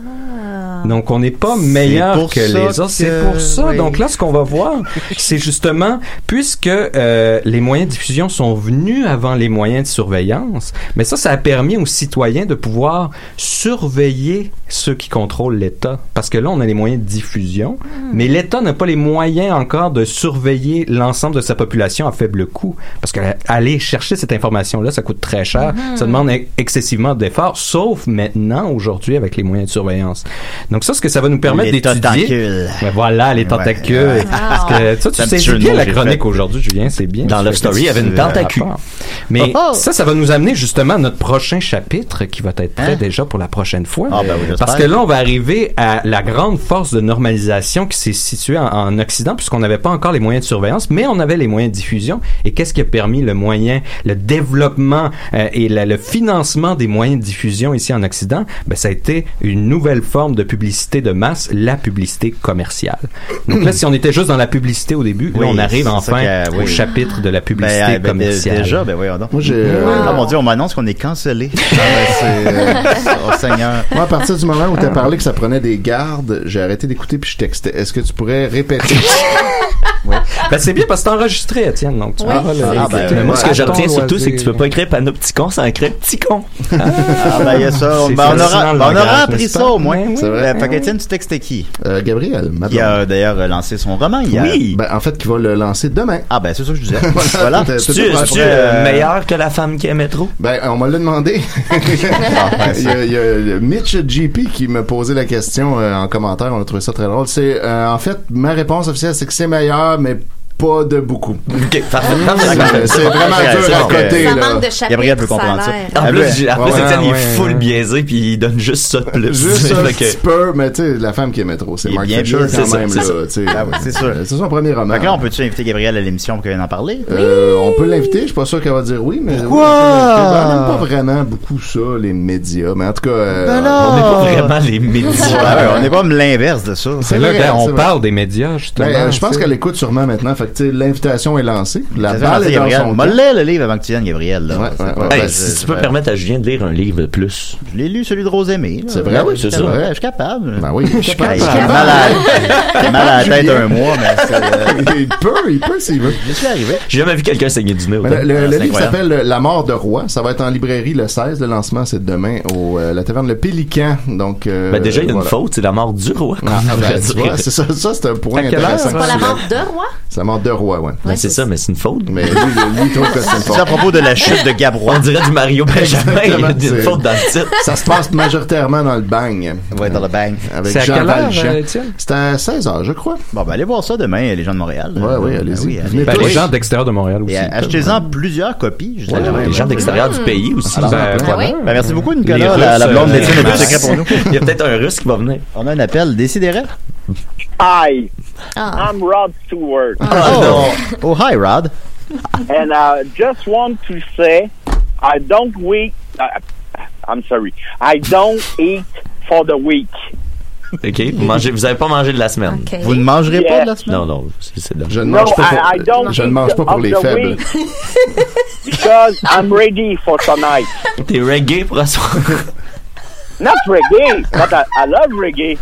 S5: Donc, on n'est pas meilleur
S1: pour
S5: que
S1: ça
S5: les autres. C'est
S1: que-
S5: pour ça.
S1: oui.
S5: Donc là, ce qu'on va voir, c'est justement, puisque euh, les moyens de diffusion sont venus avant les moyens de surveillance, mais ça, ça a permis aux citoyens de pouvoir surveiller ceux qui contrôlent l'État. Parce que là, on a les moyens de diffusion, mais l'État n'a pas les moyens encore de surveiller l'ensemble de sa population à faible coût. Parce que euh, aller chercher cette information-là, ça coûte très cher. Ça demande e- excessivement d'efforts, sauf maintenant, aujourd'hui, avec les moyens de surveillance. Donc ça, ce que ça va nous permettre
S1: Les
S5: d'étudier...
S1: tentacules.
S5: Ben voilà, les tentacules.
S1: Ouais.
S5: Parce
S2: Ah.
S5: que ça,
S1: C'est un
S5: tu
S1: petit
S5: sais
S1: jeu de
S5: bien
S1: mots
S5: la
S1: que j'ai
S5: chronique
S1: fait.
S5: aujourd'hui, Julien, c'est bien.
S4: Dans
S5: Tu
S4: Love
S5: fais
S4: Story,
S5: des
S4: il y avait une
S5: petits, euh,
S4: tentacule.
S5: rapports. Mais
S2: Oh, oh.
S5: ça, ça va nous amener justement à notre prochain chapitre qui va être prêt
S1: Hein?
S5: déjà pour la prochaine fois.
S1: Ah, ben oui, j'espère.
S5: Parce que là, on va arriver à la grande force de normalisation qui s'est située en, en Occident, puisqu'on n'avait pas encore les moyens de surveillance, mais on avait les moyens de diffusion. Et qu'est-ce qui a permis le moyen, le développement euh, et la- le financement des moyens de diffusion ici en Occident? Ben, ça a été une nouvelle forme de publicité de masse, la publicité commerciale. Donc là, si on était juste dans la publicité au début, là,
S1: Oui,
S5: on arrive
S1: c'est ça
S5: enfin
S1: que-
S5: au
S1: oui.
S5: chapitre de la publicité
S1: Ben, ben,
S5: commerciale.
S1: déjà, ben voyons donc.
S3: Moi, j'ai, euh,
S1: Ah mon dieu, on m'annonce qu'on est cancellé. Ah, ben, c'est, euh, oh Seigneur.
S3: Moi, à partir du moment où
S5: Ah.
S3: t'as parlé que ça prenait des gardes, j'ai arrêté d'écouter puis je textais. Est-ce que tu pourrais répéter?
S5: Ben, c'est bien parce que c'est enregistré, Étienne. Donc, tu
S2: Oui.
S5: vois, là,
S1: Ah, ben,
S5: écoute,
S1: ouais.
S4: Moi, ce que
S5: à
S4: je
S5: ton
S4: retiens surtout, c'est que tu peux
S5: loisir.
S4: pas écrire panopticon sans écrire petit con.
S1: Ah ben, il y a ça. On,
S5: C'est
S1: ben, on
S5: fascinant,
S1: aura,
S5: le
S1: ben, on aura
S5: langage,
S1: appris
S5: n'est-ce
S1: ça
S5: pas?
S1: au moins.
S5: Ben oui,
S3: C'est vrai.
S1: Ben, fait qu'Étienne, tu textais qui?
S3: Euh, Gabriel, madame.
S1: Il a euh, d'ailleurs euh, lancé son roman hier.
S3: Ben, en fait, qui va le lancer demain.
S1: Ah ben, c'est ça que je disais. voilà.
S3: T'as- t'as
S4: Tu
S3: tout
S4: es
S3: compris.
S1: euh,
S4: meilleur que la femme qui Ah, aimait trop.
S3: Ben, on me l'a demandé. il, y a, il y a Mitch GP qui me posait la question euh, en commentaire. On a trouvé ça très drôle. C'est, euh, en fait, ma réponse officielle, c'est que c'est meilleur, mais pas de beaucoup.
S4: Ok, parfait.
S3: C'est c'est vraiment
S1: Ouais, c'est
S3: dur à
S1: bon.
S3: côté,
S2: Ça
S3: là.
S2: manque de chapitre.
S1: Gabriel peut comprendre
S2: a l'air.
S1: ça.
S4: En
S1: Ah, ouais.
S4: plus, j'ai- en plus,
S3: Ouais,
S4: Étienne, il
S5: ouais,
S4: est full
S5: ouais.
S4: biaisé, puis il donne juste ça de plus.
S3: Juste un
S4: Fait que-
S3: petit peu, mais tu sais, la femme qui aimait trop, c'est
S1: Il est
S3: Mark
S1: bien
S3: Fisher
S1: bien,
S3: quand
S4: c'est ça,
S3: même,
S4: c'est
S3: là,
S4: ça.
S3: tu sais.
S1: Ah oui, c'est sûr.
S3: Euh, C'est son premier roman.
S1: Fait que là, on peut-tu inviter Gabriel à l'émission pour qu'elle vienne en parler?
S3: Euh, on peut l'inviter, je suis pas sûr qu'elle va dire oui, mais.
S1: Pourquoi?
S3: Ouais, même Ben, pas vraiment beaucoup ça, les médias, mais en tout cas. euh,
S4: On n'est pas vraiment les médias. ben,
S1: Ah Ben ouais, on n'est pas l'inverse de ça.
S5: C'est là
S3: vrai,
S5: gars,
S3: c'est
S5: on
S3: vrai.
S5: parle des médias, justement.
S3: Ben, euh, je
S5: tu
S3: pense
S5: sais.
S3: qu'elle écoute sûrement maintenant. Fait que tu sais, l'invitation est lancée. La
S1: C'est ça,
S3: balle est dans
S1: Gabriel.
S3: son
S1: M'a
S3: camp.
S1: lait le livre avant que tu viennes, Gabriel. là.
S3: Ouais,
S1: C'est
S3: ouais,
S1: pas-
S3: ouais.
S1: ben,
S4: Hey,
S1: c'est-
S4: si tu peux
S1: c'est-
S4: permettre à Julien de lire un livre de plus.
S1: Je l'ai lu, celui de Rosemée. là.
S3: C'est vrai, oui,
S4: c'est ça.
S1: Je suis capable, Je suis capable.
S3: Ben oui, je suis
S1: Hey,
S3: capable.
S1: J'ai mal à j'ai mal à la tête un mois, mais c'est- euh,
S3: il peut, il peut s'il veut.
S1: je suis arrivé.
S4: J'ai jamais vu quelqu'un saigner du nez.
S3: Mais
S4: autant.
S3: Ben, le, le-
S1: Ah,
S3: le
S1: c'est
S3: livre
S1: incroyable.
S3: s'appelle euh, La mort de roi. Ça va être en librairie le 16. Le lancement, c'est demain au euh, la taverne Le Pélican. Donc, euh,
S4: Ben, déjà, il y a une
S3: voilà.
S4: faute, c'est la mort du roi. qu'on
S3: Ah, ben,
S4: devrait
S3: tu
S4: dire.
S3: vois, c'est ça, ça c'est un point
S4: À quelle heure,
S3: intéressant.
S4: ça?
S2: Pas la mort de roi?
S3: C'est la mort de roi, ouais.
S4: Ben, c'est ça, mais c'est une faute.
S3: Mais lui, lui, il trouve que c'est une
S1: C'est à
S3: faute.
S1: propos de la chute de
S4: On
S1: Gabrois.
S4: dirait du Mario Benjamin, il y a
S3: Exactement,
S4: une
S3: c'est-
S4: faute dans le titre.
S3: Ça se passe majoritairement dans le bagne.
S1: Ouais, dans le bang.
S3: Avec
S5: C'est à
S3: Jean
S5: quelle heure,
S3: Valjean.
S5: euh, Étienne?
S3: C'est à 16h, je crois.
S1: Bon, ben, allez voir ça demain, les gens de Montréal. Ah
S3: Ouais, oui, allez-y.
S1: oui,
S3: Venez
S5: Ben,
S3: tous.
S5: les gens d'extérieur de Montréal aussi. euh,
S1: Et
S5: peuvent-
S1: achetez-en plusieurs copies, je dirais.
S4: Les gens d'extérieur du pays aussi.
S5: Ben,
S3: Ah
S5: voilà.
S2: oui?
S1: Ben, merci beaucoup,
S5: Les
S1: Nicolas. La,
S5: Russes,
S1: la blonde
S5: euh,
S1: d'Étienne est
S5: les
S1: plus secret pour nous.
S4: Il y a peut-être un russe qui va venir.
S1: On a un appel. Décidérez.
S7: Hi,
S2: Ah.
S7: I'm Rod Stewart,
S3: Ah,
S1: Oh, oh, hi, Rod.
S7: and I just want to say I don't wait. I, I'm sorry. I don't eat for the week.
S4: OK? Vous mangez, vous avez pas mangé de la semaine.
S2: OK.
S1: Vous ne mangerez pas de la semaine?
S4: Non, non, c'est c'est dommage.
S3: Je ne
S7: No,
S3: mange pas
S7: I, I
S3: pour,
S7: don't
S3: je ne
S7: eat
S3: mange pas pour
S7: of
S3: les
S7: the
S3: faibles.
S7: week because I'm ready for tonight.
S4: T'es reggae pour asseoir.
S7: Not reggae, but I, I love reggae.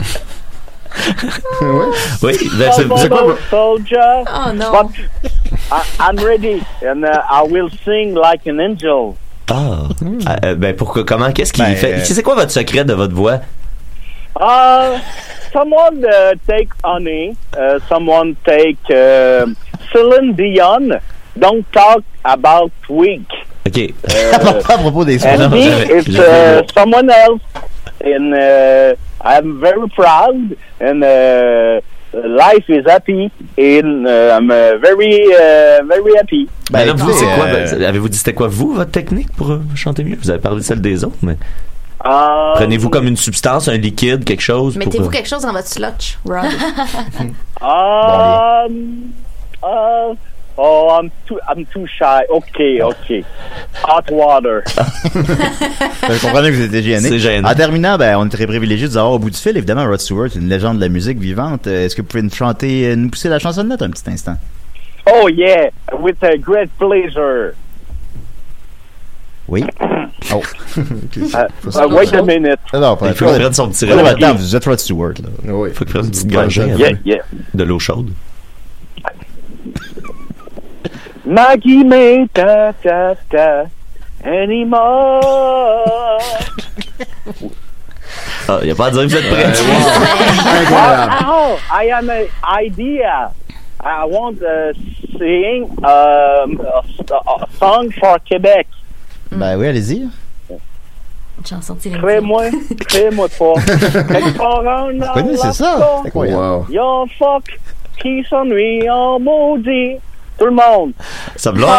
S4: Oui, ben, c'est- c'est quoi?
S7: Although soldier,
S2: Oh non.
S7: but I, I'm ready, and uh, I will sing like an angel.
S4: Ah, Ah, euh, ben pourquoi, comment, qu'est-ce qui
S1: Ben,
S4: fait?
S1: euh,
S4: C'est quoi votre secret de votre voix?
S3: ben,
S7: Uh, someone uh, take honey. Uh, someone take uh, Celine Dion. Don't talk about wig.
S4: OK.
S1: Pas à propos des soins.
S7: And
S4: Non,
S7: me,
S4: j'avais-
S7: it's
S4: j'avais-
S7: uh, someone else. And uh, I'm very proud. And uh, life is happy. And uh, I'm uh, very, uh, very happy.
S4: Ben, là, vous,
S1: écoutez,
S4: c'est quoi?
S1: euh,
S4: ben, avez-vous dit c'était quoi, vous, votre technique pour euh, chanter mieux? Vous avez parlé de celle des autres, mais
S7: Um,
S4: prenez-vous comme une substance, un liquide, quelque chose?
S2: Mettez-vous
S4: pour, euh,
S2: quelque chose dans votre slotch, Rob.
S7: Um, uh, Oh, I'm too, I'm too shy. Okay, okay. Hot water.
S1: Je comprends bien que vous étiez gêné.
S4: C'est gênant.
S1: En terminant, ben, on est très privilégié de vous avoir au bout du fil. Évidemment, Rod Stewart, une légende de la musique vivante. Euh, Est-ce que vous pouvez nous chanter, euh, nous pousser la chansonnette un petit instant?
S7: Oh yeah, with a great Uh, pleasure.
S1: Oui. Oh.
S7: Uh, uh, wait a minute.
S1: Alors, pas
S4: Il faut
S1: pas-
S4: qu'il prenne son petit
S1: pas-
S4: relais.
S1: attends, vous êtes Rod Stewart, là.
S3: Oui.
S4: Il faut qu'il prenne une petite gorgée avec
S7: Yeah, yeah.
S4: hein? de l'eau chaude.
S7: Maggie may ta ta ta anymore.
S4: Ah, il n'y a pas à dire que vous êtes
S3: Euh,
S4: prêts.
S3: Incroyable.
S7: Oh, I am an idea. I want to sing um, a, a song for Quebec.
S4: Mm.
S1: Ben oui, allez-y.
S6: Une chanson de Céline Dion.
S7: Crée-moi, crée-moi pas. Quelque part en
S1: Oui, c'est ça.
S7: Alaska,
S1: C'est incroyable.
S3: Wow.
S7: Y'a un fuck qui s'ennuie en maudit. Tout le monde. Ah,
S4: Ça blonde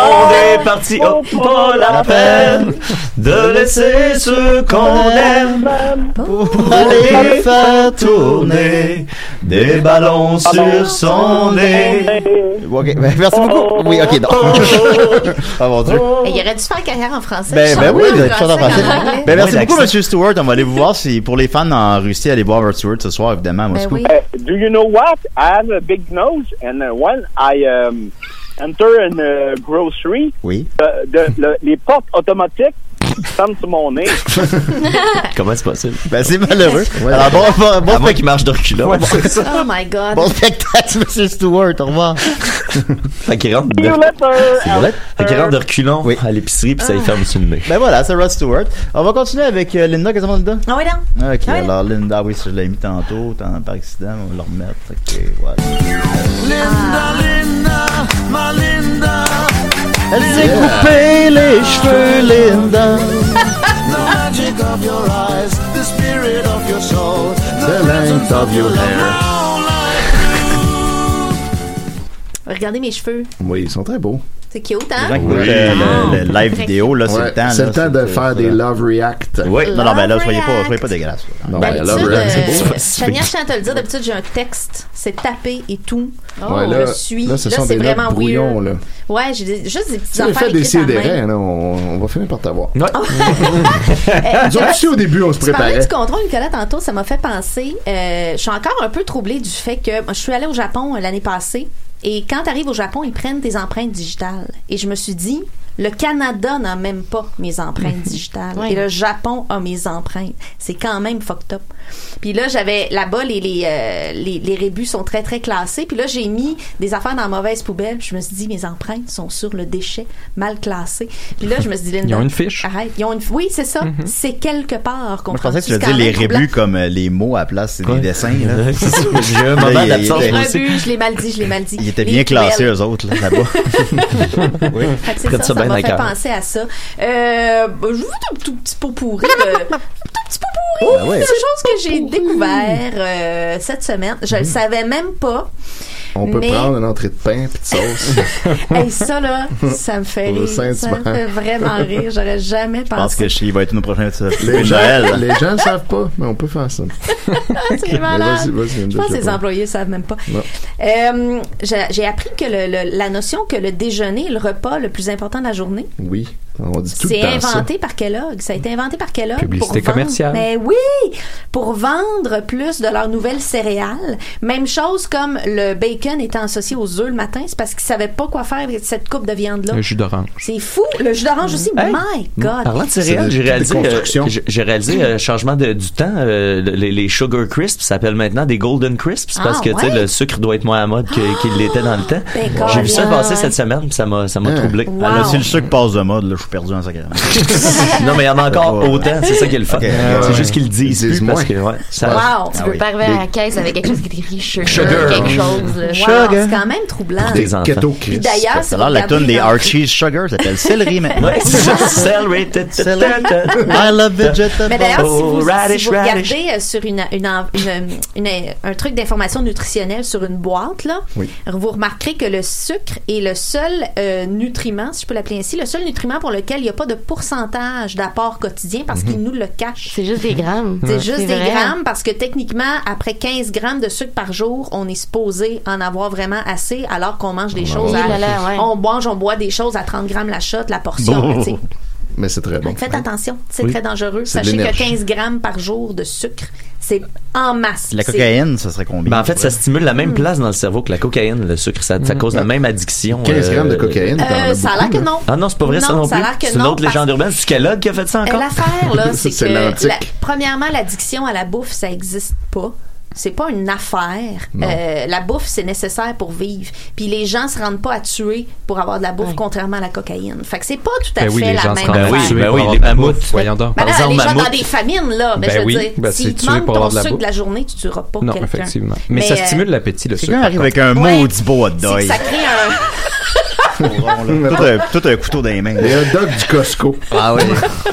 S4: est parti, oh, pas la peine de laisser ceux qu'on aime
S7: Même
S4: pour aller faire tourner des ballons sur son nez.
S1: Ok, ben, merci beaucoup. Oui, ok, non. Ah, mon Dieu.
S3: Oh.
S2: Mais il aurait dû faire carrière en français.
S1: Ben, ben
S2: chanter
S1: oui,
S2: en
S1: le chanteur
S2: français,
S1: français.
S2: en anglais.
S1: Ben, merci
S4: Ouais,
S1: beaucoup,
S4: l'accent.
S1: Monsieur Stewart. On va aller vous voir si, pour les fans en Russie, allez voir Rod Stewart ce soir, évidemment, à
S2: Ben
S1: Moscou.
S2: oui.
S7: Uh, do you know what? I have a big nose, and uh, when I um, enter in a grocery,
S1: Oui.
S7: the, the, le- les portes automatiques tombent sur mon nez.
S4: Comment c'est possible?
S1: Ben, c'est malheureux. Alors, bon, bon, bon,
S4: À moins qu'il marche de reculons.
S2: Oh my God.
S1: bon spectacle, Monsieur Stewart. Au revoir.
S4: Fait qu'il rentre
S7: See
S4: de,
S7: you later.
S1: vrai.
S4: fait qu'il rentre de reculons
S1: Oui.
S4: à l'épicerie puis ça lui ferme sur le nez.
S1: Ben voilà, c'est Rod Stewart. On va continuer avec euh, Linda. Qu'est-ce qu'on Linda?
S2: Ah oui, non.
S1: Ok,
S2: Ouais.
S1: alors Linda, oui, ça, je l'ai mis tantôt, tant- par accident, on va le remettre. Ok, voilà. Elle s'est coupée les cheveux, Linda. The length of your hair.
S2: Regardez mes cheveux.
S3: Oui, ils sont très beaux.
S2: C'est cute, hein?
S1: Les gens qui écoutent, euh, le,
S2: Ah.
S1: le live vidéo, là, c'est
S3: Ouais,
S1: le temps.
S3: C'est
S1: là,
S3: le temps de faire des love react.
S1: Oui, non, non, ben là,
S2: Love
S1: soyez pas,
S2: React.
S1: soyez pas dégueulasse. là.
S3: Non, mais
S2: D'habitude,
S3: love react, c'est beau.
S2: euh, Chania, je tiens à te le dire, d'habitude, j'ai un texte. C'est tapé et tout. Oh,
S3: Ouais, là,
S2: je suis.
S3: là, ce sont
S2: c'est
S3: des notes
S2: vraiment
S3: brouillons,
S2: weird.
S3: là.
S2: Ouais, j'ai des- juste des petites
S3: Tu as
S2: affaires
S3: fait des
S2: écrites à la main.
S3: sidérés, on, on va finir par t'avoir.
S2: Ah, Euh,
S3: Nous autres aussi, au début, on se
S2: Tu parlais
S3: préparait.
S2: du contrôle, Nicolas, tantôt, ça m'a fait penser. euh, je suis encore un peu troublée du fait que moi, je suis allée au Japon euh, l'année passée et quand tu arrives au Japon, ils prennent tes empreintes digitales. Et je me suis dit, le Canada n'a même pas mes empreintes digitales et le Japon a mes empreintes. C'est quand même fucked up. Puis là, j'avais là-bas les les, euh, les les rébus sont très très classés. Puis là, j'ai mis des affaires dans la mauvaise poubelle. Je me suis dit, mes empreintes sont sur le déchet mal classé. Puis là, je me suis dit, Linda,
S5: Ils ont une fiche.
S2: Arrête. Ils ont une... Oui, c'est ça. C'est quelque part qu'on
S1: Mm-hmm. Moi, je pensais que tu veux dire les rébus comme euh, les mots à la place, c'est des dessins, là. euh,
S4: J'ai eu un
S1: Là,
S4: moment
S1: il-
S4: d'absence.
S1: il était-
S4: moi
S2: Un
S4: aussi.
S2: but, je l'ai mal dit, je l'ai mal dit.
S1: Ils étaient
S2: Les
S1: bien classés,
S2: poubelles.
S1: eux autres, là, là-bas. oui.
S2: Fait que c'est
S4: Prête
S2: ça, ça
S4: ça bien à
S2: m'a fait
S4: cœur.
S2: penser à ça. Euh, ben, je vous fais un tout petit pot pourri de... tout petit pot pourri
S1: Ben ouais.
S2: de choses que j'ai découvert euh, cette semaine. Je le
S4: Mm.
S2: savais même pas.
S3: On peut
S2: Mais-
S3: prendre une entrée de pain puis de sauce.
S2: Et ça, là, ça me fait
S3: Au
S2: rire. Ça
S3: sein
S2: me
S3: du banc.
S2: fait vraiment rire. J'aurais jamais
S1: Je pense
S2: pensé.
S1: que Chili va être nos prochains
S3: les,
S1: de
S3: gens,
S1: Noël.
S3: les gens le savent pas, mais on peut faire ça.
S2: Ah, c'est
S3: Mais
S2: malade.
S3: vas-y, vas-y, Linda,
S2: Je pense que
S3: je
S2: les
S3: sais pas.
S2: employés ne savent même pas.
S3: Non.
S2: Euh, j'ai j'ai appris que le- le- la notion que le déjeuner est le repas le plus important de la journée,
S3: Oui, on dit tout le
S2: c'est
S3: temps ça.
S2: inventé par Kellogg. Ça a été inventé par Kellogg.
S5: Publicité
S2: pour vendre-
S5: commerciale.
S2: Mais oui! Pour vendre plus de leurs nouvelles céréales. Même chose comme le bacon étant associé aux œufs le matin, c'est parce qu'ils savaient pas quoi faire avec cette coupe de viande-là.
S5: Le jus d'orange.
S2: C'est fou! Le jus d'orange aussi,
S4: Hey!
S2: my God!
S4: Parlant de céréales,
S3: C'est
S4: j'ai
S3: des
S4: réalisé, euh,
S3: constructions.
S4: j'ai- j'ai réalisé euh, changement de, du temps. euh, les, les Sugar Crisps s'appellent maintenant des Golden Crisps parce
S2: Ah,
S4: que tu sais,
S2: ouais?
S4: le sucre doit être moins à la mode que- qu'il l'était dans le temps.
S2: Ben,
S4: J'ai vu ça
S2: carrément,
S4: passer
S2: ouais.
S4: cette semaine, puis ça m'a
S3: Hein.
S4: ça m'a troublé.
S2: Wow.
S1: Ah, là, si le sucre passe de mode, là, je suis perdu en sacrament.
S4: non, mais il y en a encore
S1: Ouais.
S4: autant, c'est ça qui est le fun.
S1: Ok.
S4: C'est
S1: Ouais.
S4: juste qu'ils le disent,
S3: Ils disent
S4: plus parce
S3: moins.
S4: que ouais, ça,
S2: Wow!
S6: Tu
S1: Ah
S6: peux
S1: oui.
S6: pas arriver à la caisse avec quelque chose qui est écrit sugar,
S4: Sugar.
S6: quelque chose. là.
S2: Wow, c'est quand même troublant.
S4: des enfants.
S3: Keto
S2: Puis
S3: Chris.
S2: d'ailleurs, si vous
S1: Alors, la
S2: regardez
S1: tune des
S2: dans-
S1: Archie's Sugar s'appelle Céleri maintenant.
S4: Ouais, c'est juste celery, ta- ta- ta- ta- ta.
S1: I love vegetables.
S2: Mais d'ailleurs, si vous,
S4: Oh,
S2: si
S4: radish,
S2: vous regardez
S4: radish.
S2: euh, sur une, une, en- une- une- un truc d'information nutritionnelle sur une boîte, là, vous remarquerez que le sucre est le seul euh, nutriment, si je peux l'appeler ainsi, le seul nutriment pour lequel il n'y a pas de pourcentage d'apport quotidien parce
S4: Mhm.
S2: qu'ils nous le cachent.
S6: C'est juste des grammes.
S2: C'est juste des
S6: vrai.
S2: grammes parce que techniquement, après 15 grammes de sucre par jour, on est supposé en avoir vraiment assez alors qu'on mange des choses
S6: Oui,
S2: à-
S6: là, là, ouais.
S2: On mange, on boit des choses à 30 grammes la shot, la portion. tu sais.
S3: Mais c'est très bon.
S2: Faites
S5: hein?
S2: attention, c'est
S3: Oui.
S2: très dangereux.
S3: C'est de
S2: Sachez que
S3: l'énergie.
S2: 15 grammes par jour de sucre, c'est en masse.
S1: La
S2: C'est-
S1: cocaïne, ça serait combien?
S4: Ben, en fait, ça stimule la même place dans le cerveau que la cocaïne, le sucre. Ça, ça cause la même addiction.
S3: 15
S4: euh,
S3: grammes de cocaïne, t'en
S2: Hmm. Ah. Euh,
S3: as
S2: ça a l'air
S3: beaucoup,
S2: que
S3: là.
S2: non.
S4: Ah non, c'est pas vrai ça
S2: Non,
S4: non
S2: ça a
S4: plus.
S2: l'air que
S4: C'est une
S2: non,
S4: autre légende
S2: parce-
S4: urbaine. C'est Kellogg qui a fait ça
S2: Euh,
S4: encore.
S2: L'affaire, là, c'est
S3: C'est
S2: que,
S3: l'antique.
S2: la- premièrement, l'addiction à la bouffe, ça existe pas. C'est pas une affaire. Euh, la bouffe, c'est nécessaire pour vivre. Puis les gens se rendent pas à tuer pour avoir de la bouffe, contrairement à la cocaïne. Fait que c'est pas tout à
S5: Ben
S2: fait
S5: oui, les
S2: la
S5: gens
S2: même
S5: se rendent
S4: Ben
S2: affaire.
S4: oui,
S5: tués
S4: ben
S5: pour
S4: oui,
S5: avoir
S4: les
S5: de la
S4: mammouths.
S5: bouffe, Voyons donc.
S2: Ben
S4: Par
S2: non,
S4: exemple,
S2: les gens
S4: mammouth.
S2: dans des famines, là. Mais
S5: Ben
S2: je veux
S5: oui,
S2: dire,
S5: ben c'est
S2: s'ils te
S5: tué
S2: manquent ton
S5: pour avoir de la
S2: sucre
S5: bouffe.
S2: de la journée, tu tueras pas
S5: Non,
S2: quelqu'un.
S5: effectivement. Mais, ça
S2: euh,
S5: stimule l'appétit, le sucre.
S1: Quelqu'un
S5: par
S1: arrive
S5: contre.
S1: avec un
S2: Ouais.
S1: maudit bois de
S2: c'est que
S1: deuil.
S2: ça crée un...
S1: Tout un, tout un couteau dans les mains.
S3: Les hot dogs du Costco. Ben,
S1: Ah oui. Là,